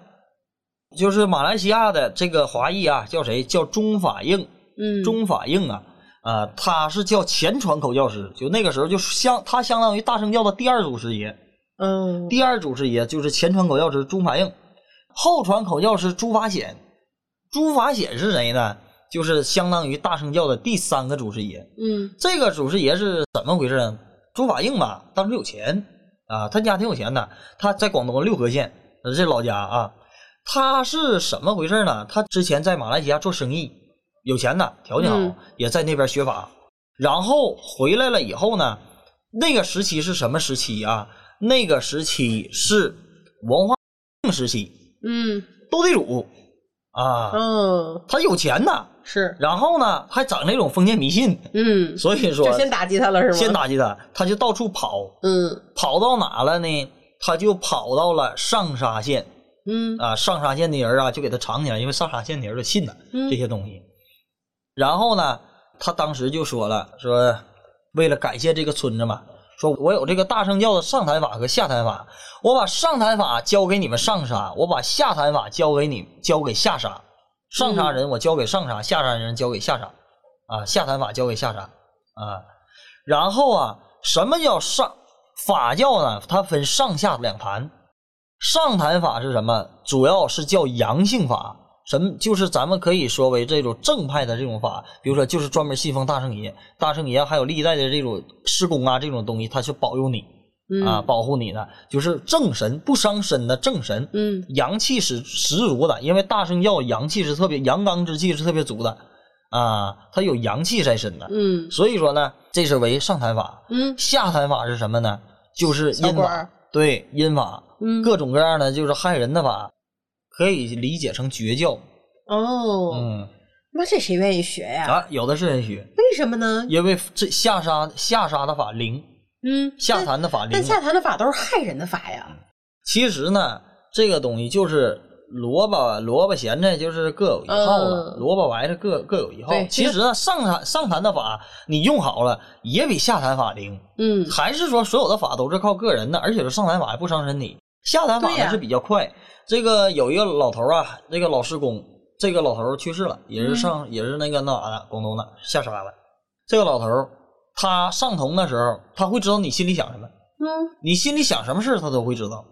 S4: 就是马来西亚的这个华裔啊，叫谁？叫钟法应。
S5: 嗯
S4: 钟法应啊，啊、他是叫前传口教师，就那个时候就相他相当于大圣教的第二祖师爷。
S5: 嗯
S4: 第二祖师爷就是前传口教师朱法应，后传口教师朱法显。朱法显是谁呢？就是相当于大圣教的第三个祖师爷。
S5: 嗯
S4: 这个祖师爷是怎么回事呢？朱法应吧，当时有钱啊，他家挺有钱的，他在广东六合县，呃这老家啊。他是什么回事呢？他之前在马来西亚做生意，有钱的，条件好，
S5: 嗯
S4: 也在那边学法。然后回来了以后呢，那个时期是什么时期啊？那个时期是文化大革命时期，
S5: 嗯
S4: 斗地主啊，
S5: 嗯，
S4: 他有钱呐，
S5: 是，
S4: 然后呢还整那种封建迷信，
S5: 嗯，
S4: 所以说
S5: 就先打击他了是吗？
S4: 先，打击他，他就到处跑，
S5: 嗯
S4: 跑到哪了呢？他就跑到了上沙县
S5: 嗯
S4: 啊，上沙县的人啊就给他藏起来，因为上沙县的人就信了
S5: 嗯
S4: 这些东西。然后呢，他当时就说了，说为了感谢这个村子嘛，说我有这个大圣教的上坛法和下坛法，我把上坛法交给你们上沙，我把下坛法交给你交给下沙，上
S5: 嗯
S4: 沙人我交给上沙，下沙人交给下沙，啊，下坛法交给下沙啊。然后啊，什么叫上法教呢？它分上下两盘。上坛法是什么？主要是叫阳性法，什么就是咱们可以说为这种正派的这种法，比如说就是专门信奉大圣爷、大圣爷，还有历代的这种施工啊这种东西，它是保佑你
S5: 嗯
S4: 啊，保护你的，就是正神不伤身的正神，
S5: 嗯
S4: 阳气是十足的，因为大圣药阳气是特别阳刚之气是特别足的啊，它有阳气在身的，
S5: 嗯
S4: 所以说呢，这是为上坛法，
S5: 嗯
S4: 下坛法是什么呢？就是
S5: 小
S4: 阴
S5: 官
S4: 法
S5: 儿，
S4: 对阴法，
S5: 嗯，
S4: 各种各样的就是害人的法，可以理解成绝教。
S5: 哦，
S4: 嗯
S5: 那这谁愿意学呀？
S4: 啊，有的是人学，
S5: 为什么呢？
S4: 因为这下沙下沙的法灵，
S5: 嗯，
S4: 下
S5: 但
S4: 坛的法灵
S5: 但。下坛的法都是害人的法呀。
S4: 其实呢，这个东西就是萝卜萝卜咸菜就是各有一号了，
S5: 嗯
S4: 萝卜白菜各各有一号
S5: 对。
S4: 其实呢，上坛上坛的法你用好了，也比下坛法灵。
S5: 嗯
S4: 还是说所有的法都是靠个人的，而且是上坛法还不伤身体，下坛法
S5: 对
S4: 呢
S5: 呀
S4: 是比较快。这个有一个老头啊，那个老师公，这个老头去世了，也是上、
S5: 嗯
S4: 也是那个那啥的广东的下沙的。这个老头他上童的时候，他会知道你心里想什么，
S5: 嗯
S4: 你心里想什么事儿他都会知道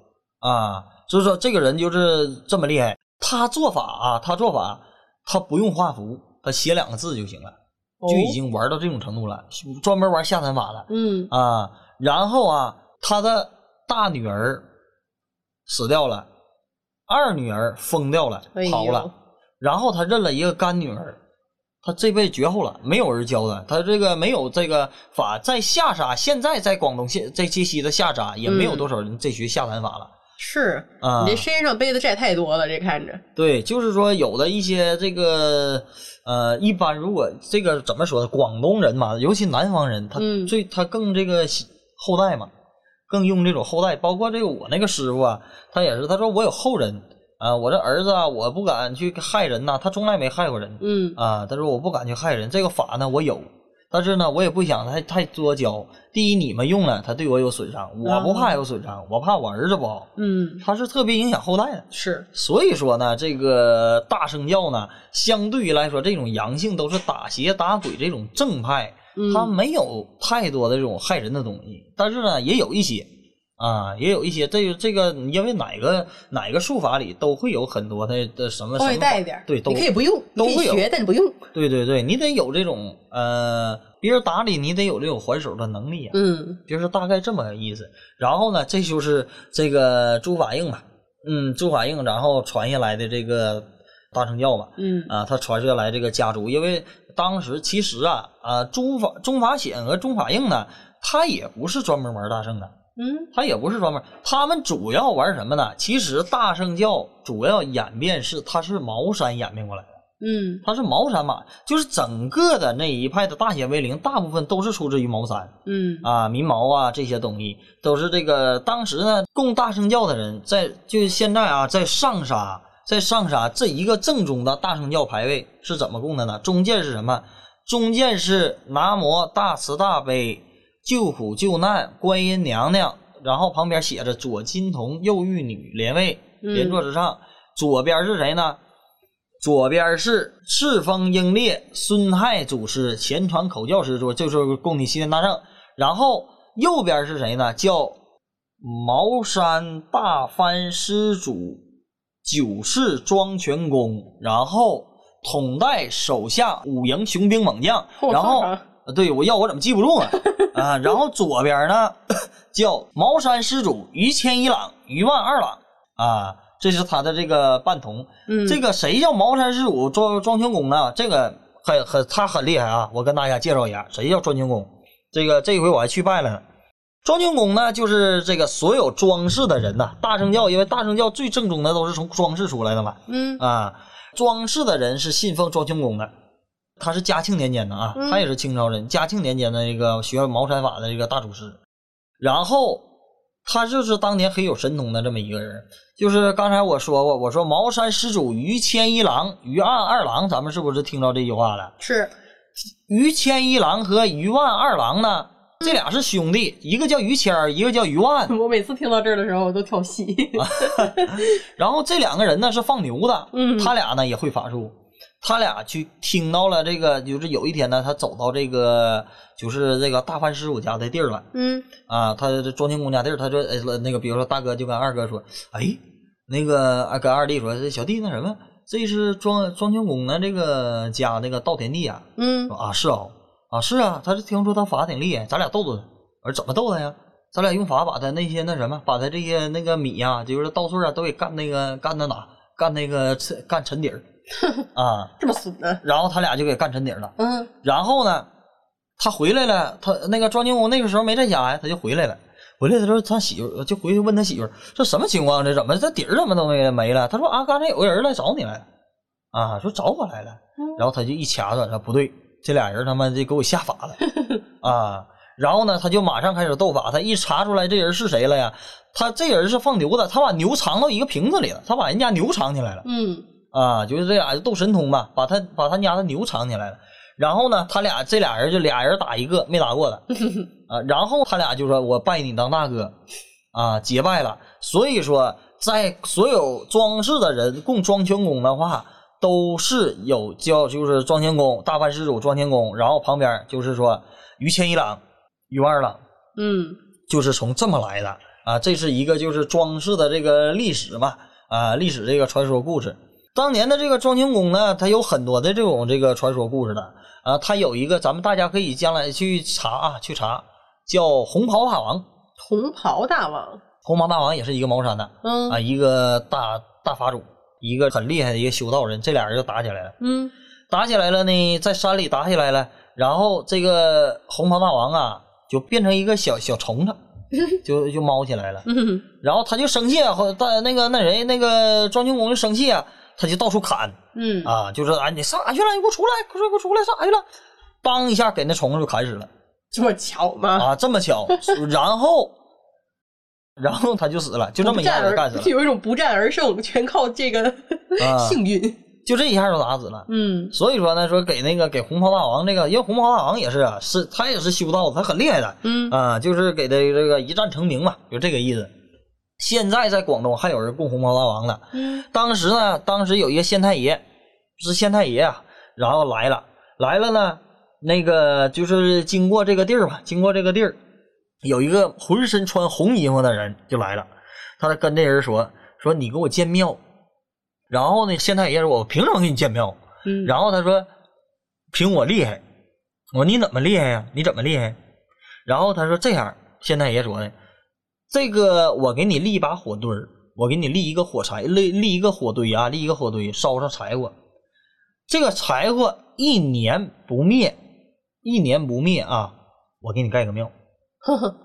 S4: 啊。所以说这个人就是这么厉害，他做法啊，他做法他不用画符，他写两个字就行了，就
S5: 哦
S4: 已经玩到这种程度了，专门玩下坛法了。
S5: 嗯
S4: 啊，然后啊，他的大女儿死掉了，二女儿疯掉了
S5: 哎，呦
S4: 跑了，然后他认了一个干女儿，他这辈子绝后了，没有人教他，他这个没有这个法，在下沙，现在在广东现在杰西的下沙也没有
S5: 嗯
S4: 多少人在学下坛法了。
S5: 是
S4: 啊
S5: 你这身上背的债太多了，这看着
S4: 对，就是说有的一些这个呃，一般如果这个怎么说呢？广东人嘛，尤其南方人，他
S5: 嗯
S4: 最、他更这个喜后代嘛，更用这种后代。包括这个我那个师傅啊，他也是，他说我有后人啊，我这儿子啊，我不敢去害人呐、他从来没害过人
S5: 嗯
S4: 啊。他说我不敢去害人，这个法呢我有。但是呢，我也不想太太多教。第一，你们用了，他对我有损伤，我不怕有损伤，我怕我儿子不好。
S5: 嗯
S4: 他是特别影响后代的。
S5: 是
S4: 所以说呢，这个大圣教呢，相对于来说，这种阳性都是打邪打鬼这种正派，
S5: 嗯
S4: 它没有太多的这种害人的东西，但是呢，也有一些啊，也有一些这个这个，因为哪个哪个术法里都会有很多的的什么
S5: 稍
S4: 什
S5: 微
S4: 么
S5: 带一点儿，
S4: 对，都
S5: 你可以不用，
S4: 都
S5: 你可
S4: 会
S5: 以
S4: 有
S5: 学，但你不用。
S4: 对对对，你得有这种呃，别人打理你得有这种还手的能力啊，
S5: 嗯
S4: 就是大概这么个意思。然后呢，这就是这个诸法印嘛，嗯，诸法印，然后传下来的这个大乘教嘛，
S5: 嗯
S4: 啊，他传下来这个家族，因为当时其实啊啊，诸法中法显和中法印呢，他也不是专门玩大圣的，
S5: 嗯
S4: 他也不是专门，他们主要玩什么呢？其实大圣教主要演变是它是茅山演变过来的。
S5: 嗯
S4: 它是茅山嘛，就是整个的那一派的大显威灵，大部分都是出自于茅山。
S5: 嗯
S4: 啊、民毛啊这些东西，都是这个当时呢供大圣教的人在，就是现在啊，在上沙，在上沙这一个正宗的大圣教牌位是怎么供的呢？中间是什么？中间是南无大慈大悲救苦救难观音娘娘，然后旁边写着左金童右玉女莲位
S5: 嗯
S4: 莲座之上，左边是谁呢？左边是赤峰英烈、孙亥祖师、前传口教师说，就是供你西天大圣。然后右边是谁呢？叫茅山大藩施主九世庄全公，然后统带手下五营雄兵猛将，
S5: 我
S4: 然后
S5: 看看。
S4: 呃对我要我怎么记不住啊？啊，然后左边呢 叫茅山施主于谦一朗、于万二朗啊，这是他的这个伴童。
S5: 嗯，
S4: 这个谁叫茅山施主庄庄全公呢？这个很很他很厉害啊！我跟大家介绍一下，谁叫庄清宫？这个这回我还去拜了呢。庄清宫呢，就是这个所有装饰的人呐、大圣教因为大圣教最正宗的都是从装饰出来的嘛，
S5: 嗯
S4: 啊，装饰的人是信奉庄清宫的，他是嘉庆年间的啊，
S5: 嗯
S4: 他也是清朝人，嘉庆年间的一个学茅山法的一个大祖师，然后他就是当年很有神通的这么一个人，就是刚才我说过，我说茅山施主于谦一郎、于岸二郎，咱们是不是听到这句话了？
S5: 是
S4: 于谦一郎和于万二郎呢，这俩是兄弟，一个叫于谦儿，一个叫于万。
S5: 我每次听到这儿的时候，我都跳戏。
S4: 啊然后这两个人呢是放牛的，
S5: 嗯
S4: 他俩呢也会法术，他俩去听到了这个，就是有一天呢，他走到这个就是这个大范师傅家的地儿了
S5: 嗯
S4: 啊，他这庄清公家地儿，他说，哎，那个比如说大哥就跟二哥说，哎，那个啊跟二弟说，这小弟那什么，这是庄庄清公的这个家那个稻田地啊，
S5: 嗯
S4: 说啊是啊啊是啊，他是听说他法挺厉害，咱俩斗斗他。我说怎么斗他呀？咱俩用法把他那些那什么，把他这些那个米呀、就是稻穗啊，都给干那个干那哪，干那个沉干沉底儿啊。
S5: 这么损呢？
S4: 然后他俩就给干沉底儿了。
S5: 嗯
S4: 然后呢，他回来了，他那个庄金公那个时候没在家呀，他就回来了。回来的时候，他媳妇就回去问他媳妇儿，这什么情况？啊这怎么这底儿怎么都没没了？他说啊，刚才有个人来找你来了，啊，说找我来了。然后他就一掐着，他不对，这俩人他妈就给我下法了啊！然后呢，他就马上开始斗法。他一查出来这人是谁了呀？他这人是放牛的，他把牛藏到一个瓶子里了，他把人家牛藏起来了。
S5: 嗯
S4: 啊，就是这俩就斗神通吧，把他把他家的牛藏起来了。然后呢，他俩这俩人就俩人打一个没打过的啊。然后他俩就说：“我拜你当大哥啊，结拜了。”所以说，在所有装饰的人供庄天公的话，都是有叫就是庄天公大办事主庄天公，然后旁边就是说于谦一郎、于万二郎，
S5: 嗯
S4: 就是从这么来的啊。这是一个就是装饰的这个历史嘛啊，历史这个传说故事。当年的这个庄清宫呢，它有很多的这种这个传说故事的啊，它有一个咱们大家可以将来去查啊，去查叫红袍大王，
S5: 红袍大王。
S4: 红袍大王也是一个茅山的
S5: 嗯
S4: 啊，一个大大法主，一个很厉害的一个修道人，这俩人就打起来了。
S5: 嗯
S4: 打起来了呢，在山里打起来了，然后这个红袍大王啊，就变成一个小小虫子，就就猫起来了。
S5: 嗯
S4: 然后他就生气啊，后但那个那谁那个庄清公就生气啊，他就到处砍
S5: 嗯
S4: 啊，就说啊你上哪去了？你给我出来！快说给我出来！上哪去了？当一下给那虫子就砍死了
S5: 这么巧吗？
S4: 啊！这么巧，然后然后他就死了，就这么一下
S5: 不
S4: 就
S5: 战
S4: 干
S5: 而
S4: 死了，
S5: 有一种不战而胜，全靠这个
S4: 啊
S5: 幸运。
S4: 就这一下就打死了。
S5: 嗯
S4: 所以说呢，说给那个给红袍大王这个，因为红袍大王也是啊，是他也是修道的，他很厉害的，
S5: 嗯
S4: 啊，就是给他这个一战成名嘛，就这个意思。现在在广东还有人供红袍大王呢。
S5: 嗯
S4: 当时呢，当时有一个县太爷，是县太爷啊，然后来了，来了呢，那个就是经过这个地儿吧，经过这个地儿，有一个浑身穿红衣服的人就来了，他跟这人说说你给我建庙，然后呢，县太爷说我凭什么给你建庙？
S5: 嗯
S4: 然后他说：“凭我厉害。”我说：“你怎么厉害呀、你怎么厉害？”然后他说：“这样，县太爷说的，这个我给你立一把火堆儿，我给你立一个火柴，立立一个火堆啊，立一个火堆，烧上柴火。这个柴火一年不灭，一年不灭啊！我给你盖个庙。”
S5: 呵呵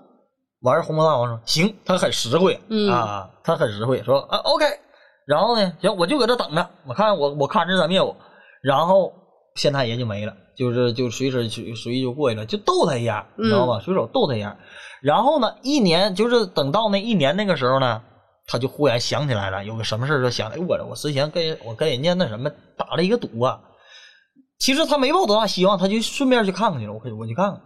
S4: 完事儿红毛大王说：“行，他很实惠、
S5: 嗯
S4: 啊，他很实惠。”说：“啊，OK。”然后呢，行，我就搁这等着，我看我我看着咋灭我。然后县太爷就没了，就是就随手随随意就过去了，就逗他一下，你知道吧？随手逗他一下。然后呢，一年就是等到那一年那个时候呢，他就忽然想起来了，有个什么事儿就想起来，哎我我之前跟我跟人家那什么打了一个赌啊。其实他没抱多大希望，他就顺便去看看去了。我可以我去看看，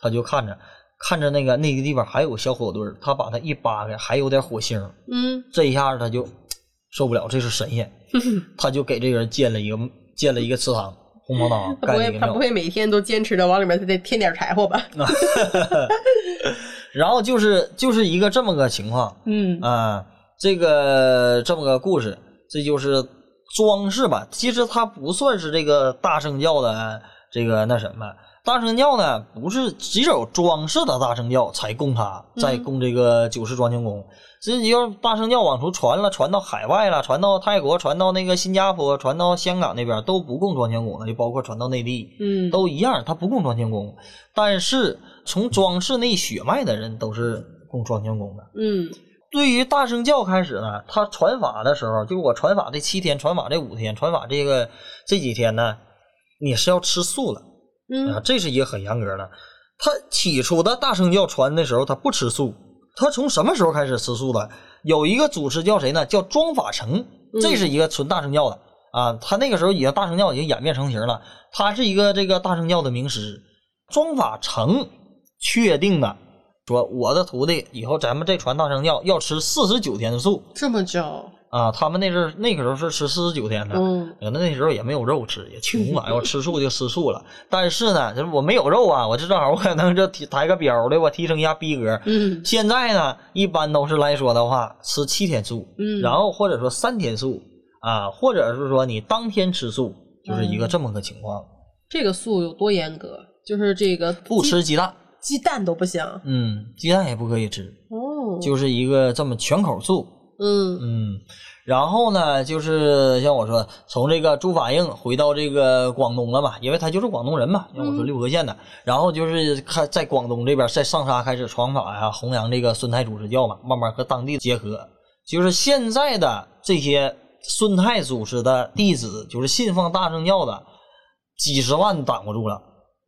S4: 他就看着看着那个那个地方还有个小火堆儿，他把它一扒开，还有点火星儿。
S5: 嗯
S4: 这一下子他就受不了，这是神 仙，他就给这个人建了一个建了一个祠堂，红袍大王
S5: 他不
S4: 盖了一
S5: 会，
S4: 个啊
S5: 他不
S4: 庙。
S5: 会每天都坚持着往里面再添点柴火吧？
S4: 然后就是就是一个这么个情况
S5: 嗯
S4: 啊、这个这么个故事，这就是装饰吧。其实它不算是这个大圣教的这个那什么，大圣教呢，不是只有装饰的大圣教才供他，在供这个九世庄清宫。这你要大圣教往出传了，传到海外了，传到泰国，传到那个新加坡，传到香港那边都不供庄清宫了，就包括传到内地，
S5: 嗯，
S4: 都一样，他不供庄清宫。但是从庄氏那血脉的人都是供庄清宫的。
S5: 嗯
S4: 啊对于大圣教开始呢，他传法的时候，就是我传法这七天，传法这五天，传法这个这几天呢，你是要吃素的啊，
S5: 嗯
S4: 这是一个很严格的。他起初的大圣教传的时候，他不吃素，他从什么时候开始吃素的？有一个祖师叫谁呢？叫庄法成，这是一个纯大圣教的啊，他那个时候已经大圣教已经演变成型了，他是一个这个大圣教的名师。庄法成确定的说，我的徒弟以后咱们这传大圣教要吃四十九天的素
S5: 这么久，
S4: 啊，他们那阵儿那个时候是吃四十九天的，
S5: 嗯
S4: 那那时候也没有肉吃，也穷 了，要吃素就吃素了。但是呢，就是我没有肉啊，我这正好我可能就提抬个膘对吧，提升一下逼格。
S5: 嗯
S4: 现在呢，一般都是来说的话，吃七天素，
S5: 嗯
S4: 然后或者说三天素啊，或者是说你当天吃素，就是
S5: 嗯
S4: 一个这么个情况，
S5: 这个素有多严格？就是这个
S4: 不
S5: 鸡
S4: 吃鸡蛋，
S5: 鸡蛋都不行
S4: 嗯，鸡蛋也不可以吃，
S5: 哦
S4: 就是一个这么全口素，
S5: 嗯
S4: 嗯，然后呢，就是像我说，从这个朱法映回到这个广东了嘛，因为他就是广东人嘛，像我说六合县的。然后就是看在广东这边，在上沙开始传法呀、弘扬这个孙太祖之教嘛，慢慢和当地结合。就是现在的这些孙太祖师的弟子，就是信奉大圣教的，几十万挡不住了。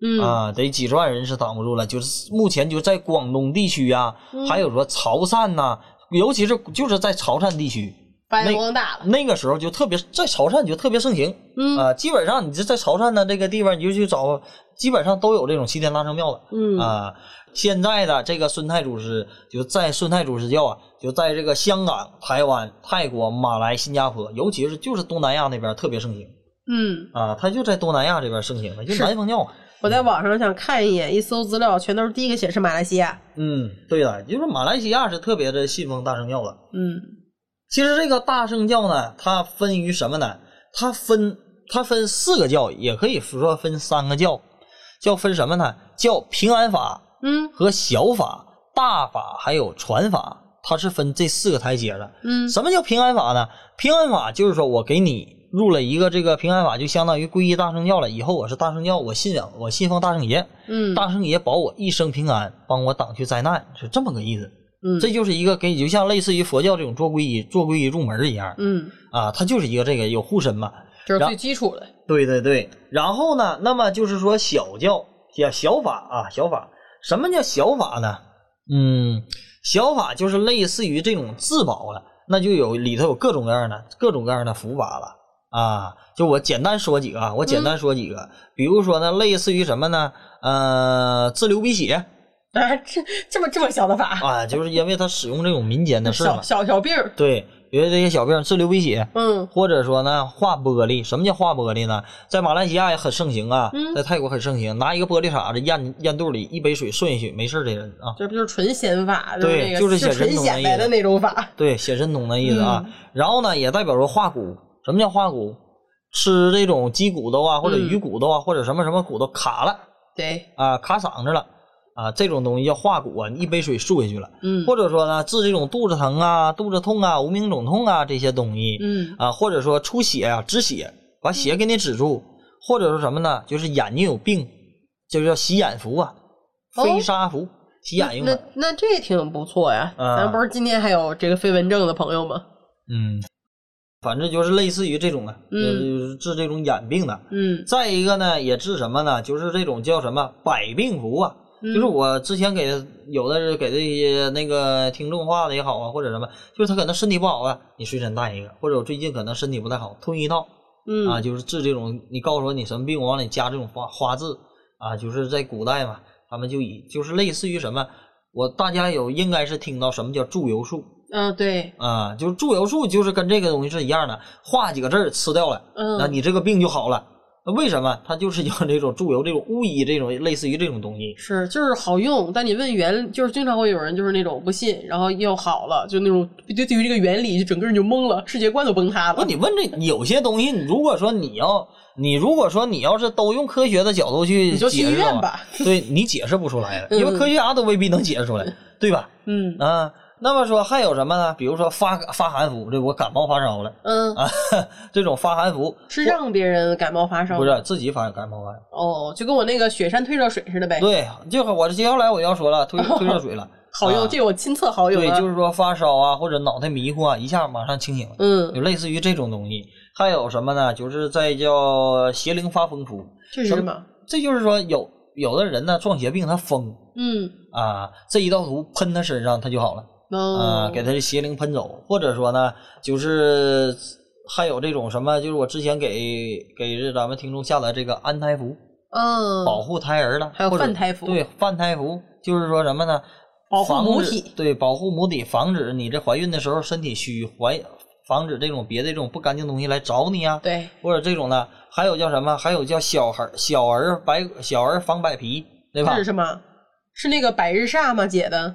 S5: 嗯
S4: 啊，得几十万人是挡不住了。就是目前就在广东地区啊，还有说潮汕呐、尤其是就是在潮汕地区，
S5: 发扬
S4: 那
S5: 光大了
S4: 那个时候就特别在潮汕就特别盛行
S5: 嗯
S4: 啊。基本上你就在潮汕的这个地方，你就去找，基本上都有这种齐天大圣庙了。
S5: 嗯
S4: 啊，现在的这个孙太祖师就在孙太祖师教啊，就在这个香港、台湾、泰国、马来、新加坡，尤其是就是东南亚那边特别盛行
S5: 嗯，
S4: 啊，他就在东南亚这边盛行了，就是南方教嘛。
S5: 我在网上想看一眼，一搜资料全都是第一个显示马来西亚，
S4: 嗯，对的，就是马来西亚是特别的信奉大圣教的。
S5: 嗯
S4: 其实这个大圣教呢，它分于什么呢？它分它分四个教，也可以说分三个教，叫分什么呢？叫平安法
S5: 嗯
S4: 和小法、大法还有传法，它是分这四个台阶的。
S5: 嗯
S4: 什么叫平安法呢？平安法就是说我给你入了一个这个平安法，就相当于皈依大圣教了。以后我是大圣教，我信仰我信奉大圣爷，
S5: 嗯
S4: 大圣爷保我一生平安，帮我挡去灾难，是这么个意思。
S5: 嗯
S4: 这就是一个给你，就像类似于佛教这种做皈依、做皈依入门一样
S5: 嗯，
S4: 啊，它就是一个这个有护身嘛。
S5: 这是
S4: 然
S5: 最基础的，
S4: 对对对，然后呢，那么就是说小教小小法啊，小法，什么叫小法呢？嗯，小法就是类似于这种自保了，那就有里头有各种各样的各种各样的伏法了啊。就我简单说几个啊，我简单说几个，比如说呢，类似于什么呢？呃，自流鼻血
S5: 啊，这这么这么小的法，
S4: 啊，就是因为他使用这种民间的事嘛
S5: 小，小小病儿，
S4: 对，比如这些小病自流鼻血，
S5: 嗯
S4: 或者说呢，画玻璃。什么叫画玻璃呢？在马来西亚也很盛行啊，
S5: 嗯
S4: 在泰国很盛行。拿一个玻璃碴子咽咽肚里，一杯水顺一去，没事儿的人啊。
S5: 这不就是纯显法，
S4: 对
S5: 那个
S4: 就是
S5: 就
S4: 显
S5: 纯
S4: 神通
S5: 显摆
S4: 的意
S5: 的
S4: 思
S5: 那种法，
S4: 对，写神通的意思
S5: 嗯
S4: 啊。然后呢，也代表着化骨。什么叫化骨？吃这种鸡骨头啊，或者
S5: 嗯
S4: 鱼骨头啊，或者什么什么骨头卡了
S5: 对，
S4: 啊，卡嗓子了啊，这种东西叫化骨啊，你一杯水漱下去了。
S5: 嗯
S4: 或者说呢，治这种肚子疼啊、肚子痛啊、无名肿痛啊这些东西，
S5: 嗯
S4: 啊，或者说出血啊，止血，把血给你止住，或者说什么呢？就是眼睛有病，就叫洗眼符啊，
S5: 哦
S4: 飞沙符，洗眼用
S5: 那
S4: 的。
S5: 那这挺不错呀，
S4: 啊
S5: 咱不是今天还有这个飞蚊症的朋友吗？
S4: 嗯，反正就是类似于这种的，
S5: 嗯
S4: 呃就是治这种眼病的。
S5: 嗯
S4: 再一个呢，也治什么呢？就是这种叫什么百病符啊，
S5: 嗯
S4: 就是我之前给有的是给这些那个听众画的也好啊，或者什么，就是他可能身体不好啊，你随身带一个，或者我最近可能身体不太好，吞一套，
S5: 嗯
S4: 啊，就是治这种，你告诉我你什么病，我往里加这种花花字啊，就是在古代嘛，他们就以就是类似于什么，我大家有应该是听到什么叫祝由术
S5: 啊对，
S4: 啊，就是祝由术就是跟这个东西是一样的，画几个字儿吃掉了，
S5: 嗯
S4: 那你这个病就好了。那为什么它就是有这种祝由这种巫医这种类似于这种东西？
S5: 是，就是好用，但你问原，就是经常会有人就是那种不信，然后又好了，就那种对对于这个原理，就整个人就懵了，世界观都崩塌
S4: 不，
S5: 了。
S4: 你问这有些东西，你如果说你要，你如果说你要是都用科学的角度去
S5: 你就去
S4: 解释
S5: 医院
S4: 的话
S5: 吧
S4: 对你解释不出来的，
S5: 嗯
S4: 因为科学家都未必能解释出来，对吧？
S5: 嗯
S4: 啊，那么说还有什么呢？比如说发发寒服，这我感冒发烧了
S5: 嗯，
S4: 啊， 这种发寒服
S5: 是让别人感冒发烧，
S4: 不是自己发感冒发烧。
S5: 哦，就跟我那个雪山退热水似的呗。
S4: 对，就是我接下来我要说了， 推推热水了，
S5: 好用，
S4: 啊
S5: 这我亲测好用
S4: 对，
S5: 啊。
S4: 就是说发烧啊或者脑袋迷糊啊，一下马上清醒了，
S5: 嗯，
S4: 就类似于这种东西。还有什么呢？就是在叫邪灵发疯符。
S5: 这是什么？
S4: 这就是说有有的人呢撞邪病他疯
S5: 嗯，
S4: 啊，这一道图喷他身上他就好了啊，
S5: 哦，
S4: 给他的邪灵喷走，或者说呢就是还有这种什么，就是我之前给给这咱们听众下的这个安胎符，
S5: 嗯，
S4: 保护胎儿了，
S5: 还有
S4: 或者
S5: 犯胎符
S4: 对泛胎符就是说什么呢？
S5: 保护
S4: 防
S5: 母
S4: 止
S5: 体
S4: 对，保护母体，防止你这怀孕的时候身体虚，怀防止这种别的这种不干净东西来找你啊，
S5: 对，
S4: 或者这种的，还有叫什么？还有叫小孩儿小儿白小儿防百皮，对吧
S5: 这是？什么？是那个百日煞吗？姐的？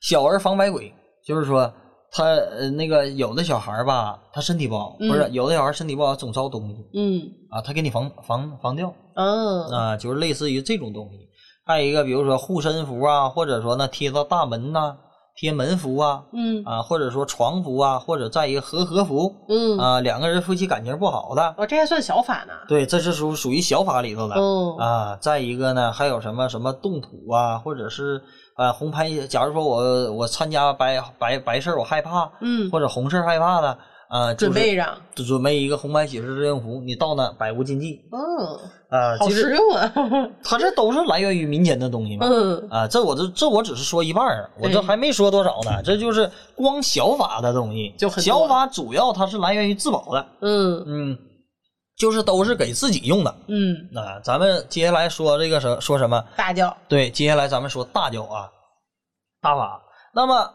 S4: 小儿防百鬼，就是说他呃那个有的小孩儿吧，他身体不好，不是
S5: 嗯
S4: 有的小孩儿身体不好总招东西
S5: 嗯，
S4: 啊，他给你防防防掉
S5: 啊，
S4: 啊，就是类似于这种东西。还有一个，比如说护身符啊，或者说呢贴到大门呐、贴门符啊，
S5: 嗯
S4: 啊，或者说床符啊，或者再一个和合符
S5: 嗯，
S4: 啊，两个人夫妻感情不好的，
S5: 哦，这还算小法呢。
S4: 对，这是属属于小法里头的。
S5: 哦，
S4: 啊，再一个呢，还有什么什么动土啊，或者是呃红牌，假如说我我参加白白白事儿我害怕，
S5: 嗯，
S4: 或者红事儿害怕的，呃，就
S5: 准
S4: 是
S5: 备让，
S4: 就准备一个红白喜事志愿服，你到那百无禁忌
S5: 嗯，
S4: 啊。
S5: 好
S4: 其
S5: 实
S4: 实
S5: 用啊。
S4: 它这都是来源于民间的东西嘛。
S5: 嗯，
S4: 啊，这我这这我只是说一半儿，我这
S5: 对
S4: 还没说多少呢。这就是光小法的东西，
S5: 就很多
S4: 小法主要它是来源于自保的，
S5: 嗯
S4: 嗯，就是都是给自己用的。
S5: 嗯，
S4: 那、咱们接下来说这个什说什么？
S5: 大叫，
S4: 对，接下来咱们说大教啊，大法。那么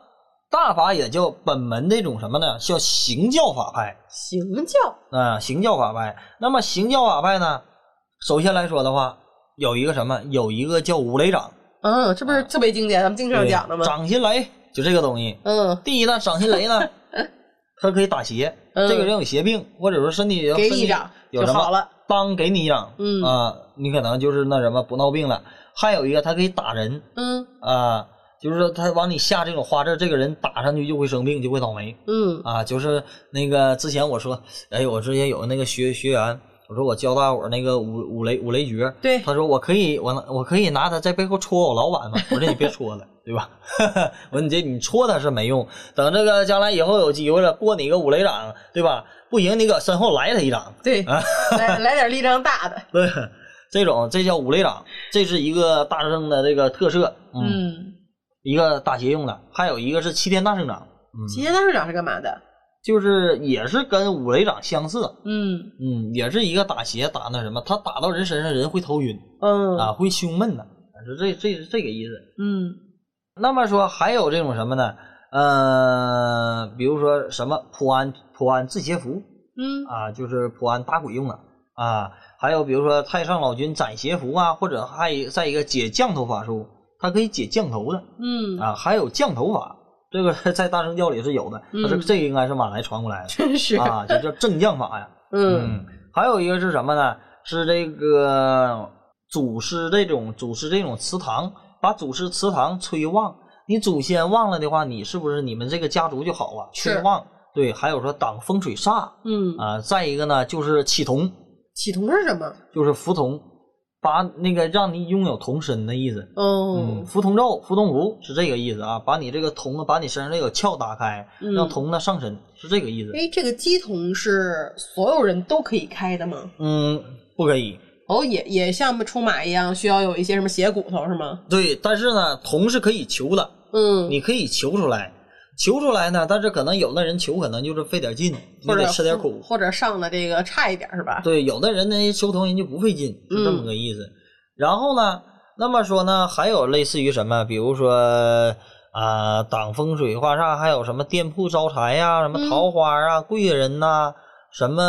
S4: 大法也叫本门这种什么呢？叫行教法派
S5: 行叫，
S4: 啊、行教法派。那么行教法派呢，首先来说的话，有一个什么？有一个叫五雷掌，
S5: 嗯，这不是特别经典，咱们经常
S4: 啊对
S5: 讲的吗？
S4: 掌心雷就这个东西。
S5: 嗯，
S4: 第一呢，掌心雷 呢，它可以打邪，
S5: 嗯
S4: 这个人有邪病，或者说身体
S5: 给
S4: 身
S5: 你
S4: 体
S5: 一掌
S4: 有
S5: 就
S4: 什
S5: 好
S4: 么，
S5: 了。
S4: 当给你一掌，
S5: 嗯
S4: 啊，你可能就是那什么不闹病了。还有一个，它可以打人。
S5: 嗯
S4: 啊，就是说他往你下这种花字儿，这个人打上去就会生病，就会倒霉
S5: 嗯
S4: 啊。就是那个之前我说，哎，我之前有那个学学员，我说我教大伙儿那个五五雷五雷诀，
S5: 对
S4: 他说我可以我拿我可以拿他在背后戳我老板嘛，我说你别戳了，对吧？ 我说你这你戳他是没用，等这个将来以后有机会了，过你个五雷掌，对吧？不行你搁身后来他一掌，
S5: 对，来来点力量大的。
S4: 对， 这种这叫五雷掌，这是一个大圣的这个特色，
S5: 嗯，
S4: 一个打邪用的，还有一个是七天大圣掌，
S5: 齐天大圣掌是干嘛的？
S4: 就是也是跟五雷掌相似，
S5: 嗯
S4: 嗯，也是一个打邪打那什么，他打到人身上人会头晕
S5: 嗯
S4: 啊，会胸闷的，是这这这个意思。
S5: 嗯
S4: 那么说还有这种什么呢？呃，比如说什么普安普安制邪符
S5: 嗯
S4: 啊，就是普安打鬼用的啊，还有比如说太上老君斩邪符啊，或者还有再一个解降头法术，它可以解降头的。
S5: 嗯，
S4: 啊，还有降头法，这个在大乘教里是有的，
S5: 嗯
S4: 它这这个应该是马来传过来的
S5: 真 是，
S4: 啊，这叫正降法呀。
S5: 嗯，
S4: 还有一个是什么呢？是这个祖师这种祖师这种祠堂，把祖师祠堂催旺。你祖先旺了的话，你是不是你们这个家族就好啊？
S5: 是
S4: 催旺。对，还有说挡风水煞
S5: 嗯，
S4: 啊，再一个呢就是起童，
S5: 启童是什么？
S4: 就是福童，把那个让你拥有童身的意思。嗯，
S5: 哦，
S4: 浮铜咒、浮铜符是这个意思啊，把你这个铜啊，把你身上这个窍打开，
S5: 嗯
S4: 让铜呢上身，是这个意思。
S5: 哎，这个鸡童是所有人都可以开的吗？
S4: 嗯，不可以。
S5: 哦，也也像出马一样，需要有一些什么血骨头是吗？
S4: 对，但是呢，铜是可以求的，
S5: 嗯，
S4: 你可以求出来，求出来呢，但是可能有的人求可能就是费点劲，你
S5: 或者
S4: 得吃点苦。
S5: 或者上的这个差一点是吧？
S4: 对，有的人呢修铜人就不费劲，是这么
S5: 嗯
S4: 个意思。然后呢，那么说呢，还有类似于什么，比如说啊、挡风水化煞，还有什么店铺招财呀、什么
S5: 嗯
S4: 桃花啊、贵人呐、什么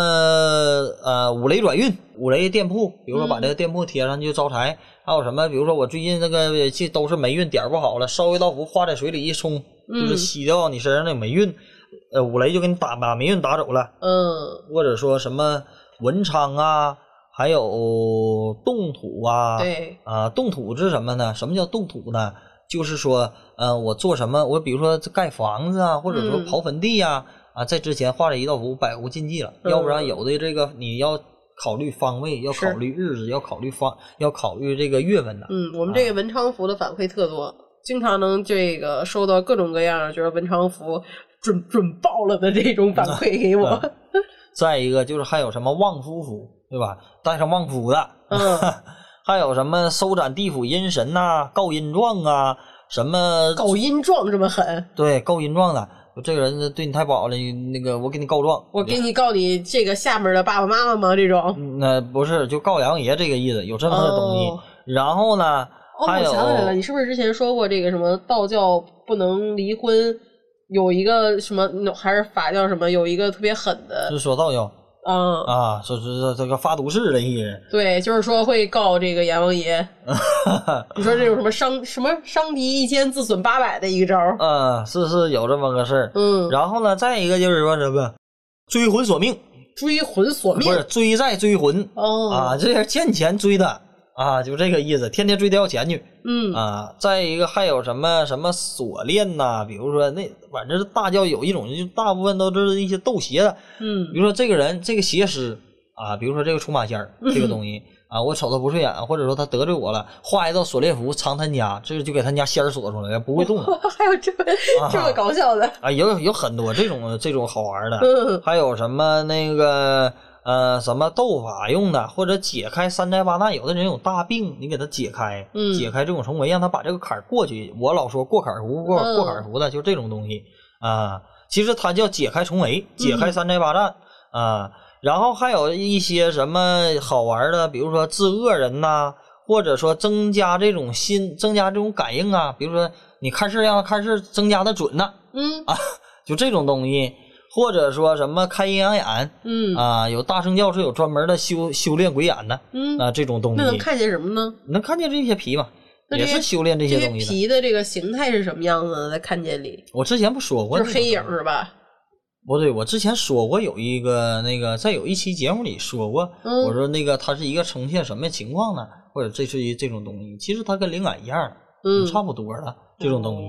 S4: 呃五雷转运、五雷店铺，比如说
S5: 嗯
S4: 把这个店铺贴上去招财，还有什么，比如说我最近这个这都是霉运点儿不好了，烧一道符化在水里一冲，就是
S5: 嗯
S4: 吸掉你身上的霉运，呃五雷就给你打把霉运打走了，
S5: 嗯，
S4: 或者说什么文昌啊，还有动土啊，
S5: 对，
S4: 啊，动土是什么呢？什么叫动土呢？就是说，呃，我做什么？我比如说这盖房子啊，或者说
S5: 嗯
S4: 刨坟地呀、啊，在之前画了一道符，百无禁忌了。要不然
S5: 嗯
S4: 有的这个你要考虑方位，要考
S5: 是
S4: 虑日子，要考虑方，要考虑这个月份呢。
S5: 嗯，我们这个文昌符的反馈特多，经常能这个收到各种各样的，觉得文昌符准准爆了的这种反馈给我。
S4: 嗯再一个就是还有什么旺夫符，对吧？带上旺夫的，
S5: 嗯，
S4: 还有什么收斩地府阴神呐、告阴状啊，什么
S5: 搞阴状这么狠，
S4: 对告阴状的，这个人对你太不好了，你那个我给你告状，
S5: 我给你告你这个下面的爸爸妈妈吗？这种
S4: 嗯那不是就告羊爷这个意思，有这么个东西。
S5: 哦
S4: 然后呢，
S5: 哦，
S4: 还
S5: 我
S4: 有
S5: 想起来了，你是不是之前说过这个什么道教不能离婚，有一个什么嗯还是法教什么有一个特别狠的，
S4: 是说道教
S5: 嗯，
S4: 啊，说是这这个发毒誓的意思。
S5: 对，就是说会告这个阎 王爷。你说这种什么伤什么伤敌一千自损八百的一个招儿，
S4: 嗯，是是有这么个事儿。
S5: 嗯，
S4: 呃然后呢，再一个就是说什么追魂索命，
S5: 追魂索命
S4: 不，是追债追魂、
S5: 哦，
S4: 啊，这是欠钱追的啊，就这个意思，天天追他要钱去。
S5: 嗯，
S4: 啊，再一个还有什么什么锁链呐、比如说那反正是大教有一种，就大部分都是一些斗邪的，
S5: 嗯
S4: 比如说这个人这个邪师啊，比如说这个出马仙儿这个东西啊，我瞅他不顺眼，或者说他得罪我了，画一道锁链符藏他家，这就给他家仙儿锁住了，不会动 了
S5: 还有这么这么搞笑的，
S4: 啊，有有很多这种这种好玩的，
S5: 嗯
S4: 还有什么那个呃什么斗法用的，或者解开三灾八难。有的人有大病，你给他解开，
S5: 嗯
S4: 解开这种重围，让他把这个坎儿过去。我老说过坎儿符，过
S5: 嗯
S4: 过坎儿符的，就这种东西啊、其实它叫解开重围，解
S5: 嗯
S4: 开三灾八难啊、然后还有一些什么好玩的，比如说治恶人呐、或者说增加这种心，增加这种感应啊，比如说你看事儿让看事儿增加的准呐、
S5: 嗯
S4: 啊就这种东西，或者说什么开阴阳眼
S5: 嗯
S4: 啊，有大圣教是有专门的修修炼鬼眼的
S5: 嗯，
S4: 啊，这种东西
S5: 那能看见什么呢？
S4: 能看见这些皮嘛，
S5: 那
S4: 也
S5: 这些
S4: 是修炼这
S5: 这
S4: 些
S5: 些
S4: 东西的。
S5: 皮的这个形态是什么样子呢？在看见里，
S4: 我之前不说过
S5: 就
S4: 那
S5: 是
S4: 个
S5: 黑影
S4: 东西
S5: 是吧？
S4: 不对，我之前说过有一个那个，在有一期节目里说过，
S5: 嗯
S4: 我说那个它是一个呈现什么情况呢？或者这是一这种东西，其实它跟灵感一样，
S5: 嗯，哦
S4: 差不多了这种东西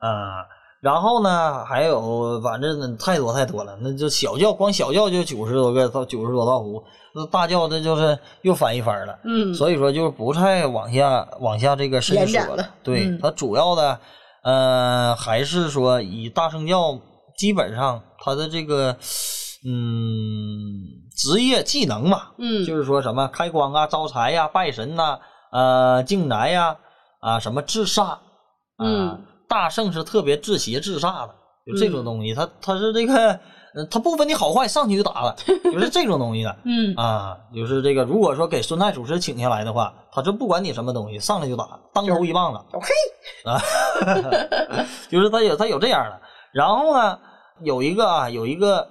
S4: 啊、然后呢，还有反正太多太多了，那就小教光小教就九十多个到九十多道符，那大教那就是又翻一番了。
S5: 嗯，
S4: 所以说就是不太往下往下这个深
S5: 延
S4: 说
S5: 展了
S4: 对、
S5: 嗯
S4: 它主要的呃还是说以大圣教基本上它的这个嗯职业技能嘛，
S5: 嗯，
S4: 就是说什么开光啊、招财呀、拜神呐、呃敬宅呀、啊、什么治煞，啊、
S5: 嗯，
S4: 大圣是特别治邪治煞的，就这种东西，他他是这个，呃他不分你好坏，上去就打了，就是这种东西的。
S5: 嗯
S4: 啊，就是这个，如果说给孙太祖师请下来的话，他就不管你什么东西，上来就打，当头一棒子。
S5: OK
S4: 啊， 就是他有他有这样的。然后呢，有一个啊，有一个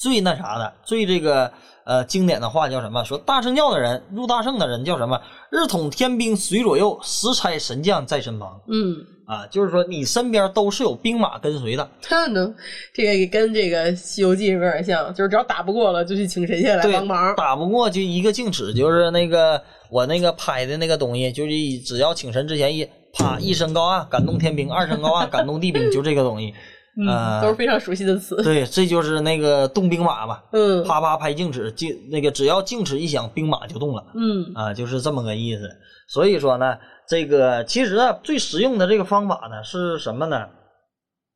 S4: 最那啥的，最这个呃经典的话叫什么？说大圣教的人入大圣的人叫什么？日统天兵随左右，时差神将在身旁
S5: 嗯。
S4: 啊，就是说你身边都是有兵马跟随的。
S5: 他能，这个也跟这个《西游记》有点像，就是只要打不过了，就去请神仙来
S4: 对，
S5: 帮忙。
S4: 打不过就一个静止，就是那个我那个拍的那个东西，就是一只要请神之前一啪一声高岸，感动天兵；二声高岸，感动地兵，就这个东西。
S5: 嗯，
S4: 呃
S5: 都是非常熟悉的词。
S4: 对，这就是那个动兵马嘛，
S5: 嗯
S4: 啪啪拍静止，静那个只要静止一响，兵马就动了
S5: 嗯
S4: 啊，就是这么个意思。所以说呢，这个其实啊，最实用的这个方法呢是什么呢？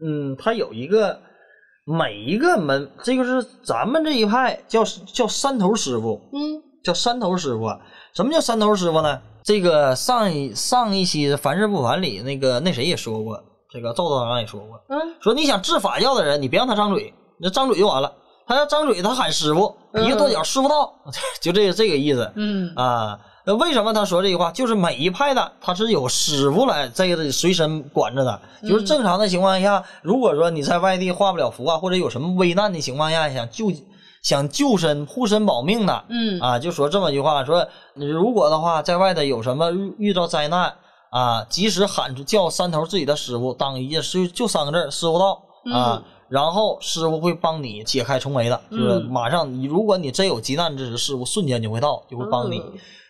S4: 嗯，它有一个每一个门，这个是咱们这一派叫叫山头师傅，
S5: 嗯
S4: 叫山头师傅啊。什么叫山头师傅呢？这个上一上一期的《凡事不凡》里，那个那谁也说过，这个赵道长也说过，
S5: 嗯
S4: 说你想治法教的人，你别让他张嘴，那张嘴就完了。他要张嘴，他喊师傅，
S5: 嗯
S4: 一个跺脚，师傅到， 就这个这个意思
S5: 嗯
S4: 啊。那为什么他说这句话？就是每一派的他是有师傅来这个随身管着的，就是正常的情况下，如果说你在外地画不了符啊，或者有什么危难的情况下，想救想救身、护身保命的，
S5: 嗯
S4: 啊，就说这么一句话，说如果的话，在外头有什么遇遇到灾难啊，及时喊出叫山头自己的师傅，当一件事就三个字儿师傅到啊。
S5: 嗯
S4: 然后师傅会帮你解开重围的，就是
S5: 嗯
S4: 马上你，如果你真有急难之时，师傅瞬间就会到，就
S5: 嗯
S4: 会帮你。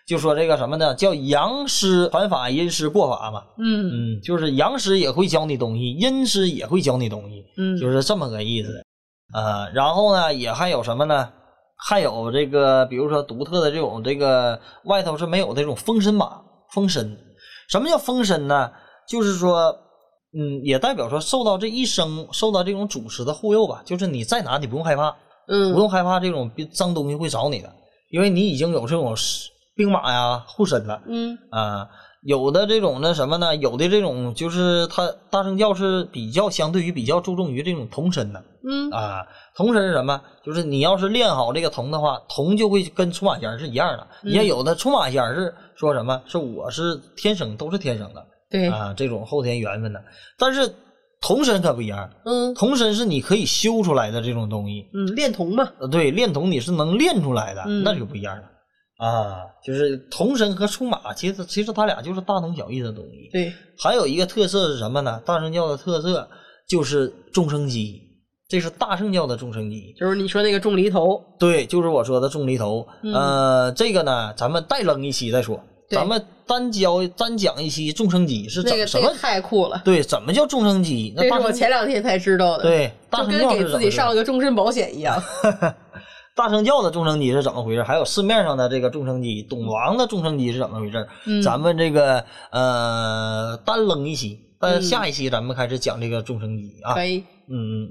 S4: 就说这个什么呢，叫阳师传法，阴师过法嘛。
S5: 嗯
S4: 嗯，就是阳师也会教你东西，阴师也会教你东西。
S5: 嗯，
S4: 就是这么个意思。呃，然后呢，也还有什么呢？还有这个，比如说独特的这种这个外头是没有的这种封神马封神。什么叫封神呢？就是说，嗯，也代表说受到这一生受到这种主持的护佑吧。就是你在哪，你不用害怕，
S5: 嗯
S4: 不用害怕这种别脏东西会找你的，因为你已经有这种兵马呀护身了。
S5: 嗯
S4: 啊，有的这种那什么呢？有的这种就是他大圣教是比较相对于比较注重于这种童身的
S5: 嗯
S4: 啊。童身是什么？就是你要是练好这个童的话，童就会跟出马仙儿是一样的。
S5: 嗯
S4: 也有的出马仙儿是说什么？是我是天生都是天生的
S5: 对
S4: 啊，这种后天缘分的。但是童身可不一样，
S5: 嗯
S4: 童身是你可以修出来的这种东西。
S5: 嗯恋童嘛
S4: 呃，对，练童你是能练出来的，
S5: 嗯
S4: 那就不一样了啊。就是童身和出马，其实其实它俩就是大同小异的东西。
S5: 对
S4: 还有一个特色是什么呢？大圣教的特色就是众生机，这是大圣教的众生机。
S5: 就是你说那个种梨头
S4: 对，就是我说的重离头。
S5: 嗯
S4: 呃，这个呢，咱们再扔一期再说，
S5: 对
S4: 咱们单教单讲一期众生机是怎
S5: 那
S4: 么
S5: 个
S4: 什
S5: 这
S4: 么
S5: 个？太酷了，
S4: 对，怎么叫众生机？
S5: 这
S4: 那
S5: 是
S4: 大
S5: 我
S4: 圣
S5: 前两天才知道的，，
S4: 对
S5: 就
S4: 大圣
S5: 跟
S4: 教
S5: 给
S4: 是怎
S5: 自
S4: 么
S5: 己
S4: 回事
S5: 上了个终身保险一样，
S4: 大圣教的众生机是怎么回事？还有市面上的这个众生机，董王的众生机是怎么回事？
S5: 嗯
S4: 咱们这个呃单扔一期，但
S5: 嗯
S4: 下一期咱们开始讲这个众生机啊
S5: 可，以，
S4: 嗯，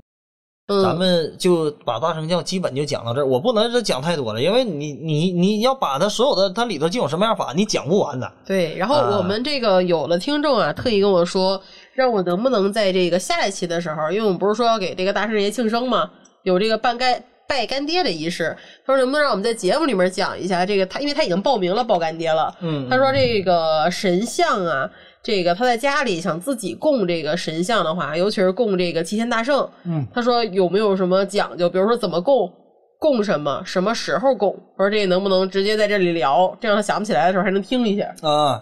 S5: 嗯，
S4: 咱们就把大圣教基本就讲到这儿，我不能再讲太多了，因为你你你要把它所有的它里头竟有什么样法，你讲不完的。
S5: 对，然后
S4: 啊
S5: 我们这个有了听众啊，特意跟我说，让我能不能在这个下一期的时候，因为我们不是说要给这个大圣爷庆生嘛，有这个办干拜干爹的仪式，他说能不能让我们在节目里面讲一下这个他，因为他已经报名了报干爹了，
S4: 嗯，
S5: 他说这个神像啊，这个他在家里想自己供这个神像的话，尤其是供这个齐天大圣，
S3: 嗯，
S5: 他说有没有什么讲究？比如说怎么供，供什么，什么时候供？我说这能不能直接在这里聊，这样他想不起来的时候还能听一下。
S4: 啊，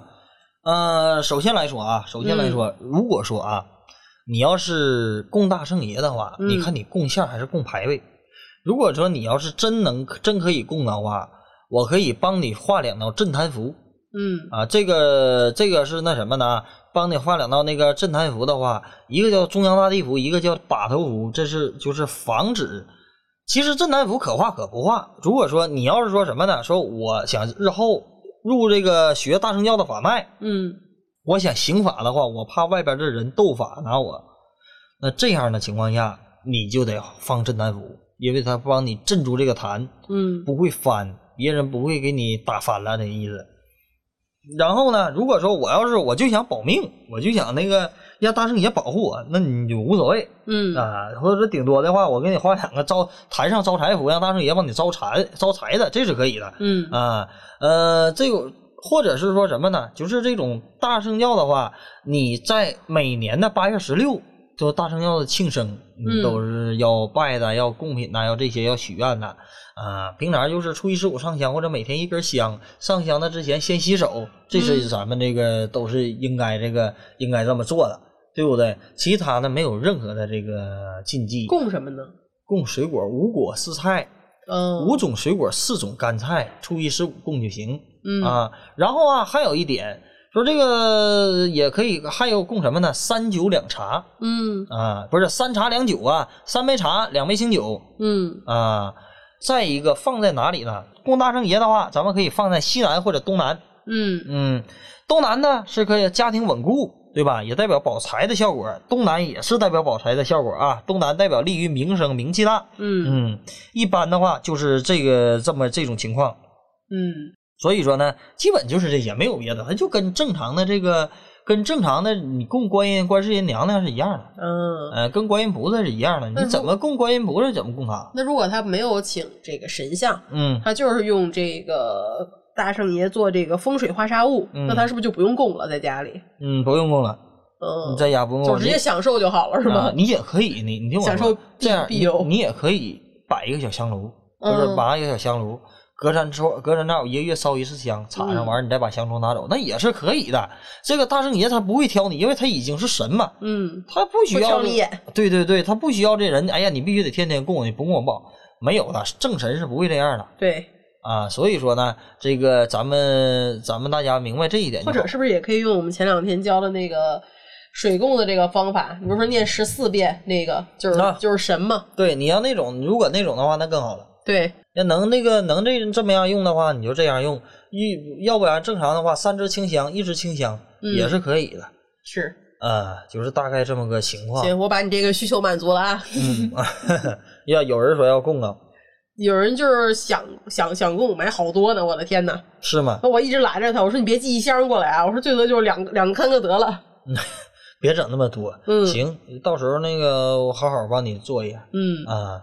S4: 呃，首先来说啊，首先来说，如果说啊，你要是供大圣爷的话，
S5: 嗯
S4: 你看你供像还是供牌位？如果说你要是真能真可以供的话，我可以帮你画两道镇坛符
S5: 嗯
S4: 啊，这个这个是那什么呢？帮你画两道那个镇坛符的话，一个叫中央大地符，一个叫把头符，这是就是防止。其实镇南符可画可不画。如果说你要是说什么呢？说我想日后入这个学大乘教的法脉，
S5: 嗯
S4: 我想行法的话，我怕外边的人斗法拿我。那这样的情况下，你就得放镇南符，因为他帮你镇住这个坛，
S5: 嗯
S4: 不会翻，别人不会给你打翻了的意思。然后呢，如果说我要是我就想保命，我就想那个让大圣爷保护我，那你就无所谓
S5: 嗯
S4: 啊。或者顶多的话，我给你画两个招坛上招财符，让大圣爷帮你招财招财的，这是可以的。
S5: 嗯
S4: 啊，呃，这个或者是说什么呢？就是这种大圣教的话，你在每年的八月十六，就大圣教的庆生，
S5: 嗯
S4: 你都是要拜的，要贡品呐，要这些，要许愿的。啊，平常就是初一十五上香，或者每天一根香。上香的之前先洗手，这
S5: 嗯
S4: 是咱们这个都是应该这个应该这么做的，对不对？其他的没有任何的这个禁忌。
S5: 供什么呢？
S4: 供水果、五果、四菜，
S5: 嗯
S4: 五种水果，四种干菜，初一十五供就行、
S5: 嗯
S4: 啊。然后啊，还有一点说这个也可以，还有供什么呢？三酒两茶
S5: 嗯
S4: 啊，不是三茶两酒啊，三杯茶，两杯清酒
S5: 嗯
S4: 啊。再一个放在哪里呢？供大圣爷的话，咱们可以放在西南或者东南。
S5: 嗯
S4: 嗯，东南呢是可以家庭稳固，对吧？也代表保财的效果。东南也是代表保财的效果啊。东南代表利于名声，名气大。
S5: 嗯
S4: 嗯，一般的话就是这个这么这种情况，
S5: 嗯
S4: 所以说呢，基本就是这些，没有别的，它就跟正常的这个跟正常的你供观音、观世音娘娘是一样的，
S5: 嗯。
S4: 呃，跟观音菩萨是一样的，
S5: 那
S4: 你
S5: 如
S4: 怎么供观音菩萨怎么供它，
S5: 那如果他没有请这个神像，
S4: 嗯。
S5: 他就是用这个大圣爷做这个风水化煞物，
S4: 嗯
S5: 那他是不是就不用供了，在家里？
S4: 嗯，不用供了，
S5: 嗯
S4: 你，在家不用供
S5: 就
S4: 了，
S5: 直接享受就好了，是
S4: 你
S5: 吧
S4: 啊？你也可以，你你听我
S5: 享
S4: 说
S5: 受，
S4: 这样
S5: 庇庇
S4: 你
S5: 佑
S4: 你也可以摆一个小香炉，就是
S5: 嗯
S4: 马上有小香炉，隔三之后隔三差五一个月烧一次香，插
S5: 嗯
S4: 上完了你再把香烛拿走，那也是可以的。这个大圣爷他不会挑你，因为他已经是神嘛，
S5: 嗯，
S4: 他不需
S5: 不挑
S4: 要
S5: 你
S4: 这
S5: 眼，
S4: 对对对，他不需要这人，哎呀，你必须得天天供，你不供我不好。没有的，正神是不会这样的
S5: 对，
S4: 啊。所以说呢，这个咱们咱们大家明白这一点就
S5: 或
S4: 好，
S5: 者是不是也可以用我们前两天教的那个水供的这个方法？你比如说念十四遍那个，就是、
S4: 啊
S5: 就是神嘛，
S4: 对你要那种，如果那种的话，那更好了。
S5: 对，
S4: 要能那个能这这么样用的话，你就这样用；一要不然正常的话，三支清香，一支清香
S5: 嗯
S4: 也是可以的。
S5: 是。
S4: 呃，就是大概这么个情况。
S5: 行，我把你这个需求满足了啊。
S4: 嗯，要有人说要供啊，
S5: 有人就是想想想跟我买好多呢，我的天呐！
S4: 是吗？
S5: 那我一直拦着他，我说你别寄一箱过来啊，我说最多就是两两个看个得了。
S4: 别整那么多。
S5: 嗯
S4: 行，到时候那个我好好帮你做一下
S5: 嗯，
S4: 啊。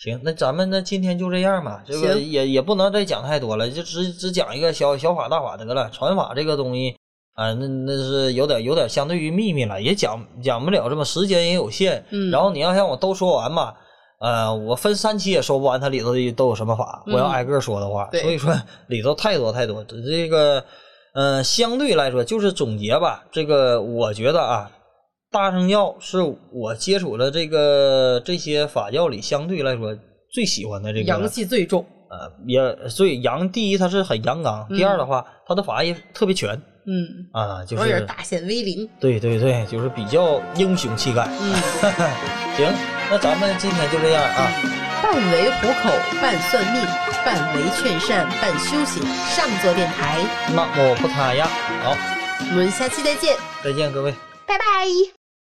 S4: 行，那咱们那今天就这样吧，这个
S5: 行
S4: 也也不能再讲太多了，就只只讲一个小小法大法得了。传法这个东西啊、那那是有点有点相对于秘密了，也讲讲不了这么时间也有限。
S5: 嗯
S4: 然后你要让我都说完吧，呃，我分三期也说不完，它里头都有什么法，我要
S5: 嗯
S4: 挨个说的话，
S5: 对
S4: 所以说里头太多太多。这个，呃，相对来说就是总结吧。这个我觉得啊，大圣教是我接触的这个这些法教里相对来说最喜欢的这个
S5: 阳气最重。
S4: 呃，也所以阳第一它是很阳刚，第二的话它的法也特别全
S5: 嗯，
S4: 啊、就
S5: 有
S4: 是
S5: 点大显威灵。
S4: 对对对，就是比较英雄气概。
S5: 嗯，
S4: 行，那咱们今天就这样啊。
S2: 半为虎口，半算命，半为劝善，半修行。上座电台，
S4: 那我不他呀。好，
S2: 我们下期再见，
S4: 再见各位。
S2: 拜拜。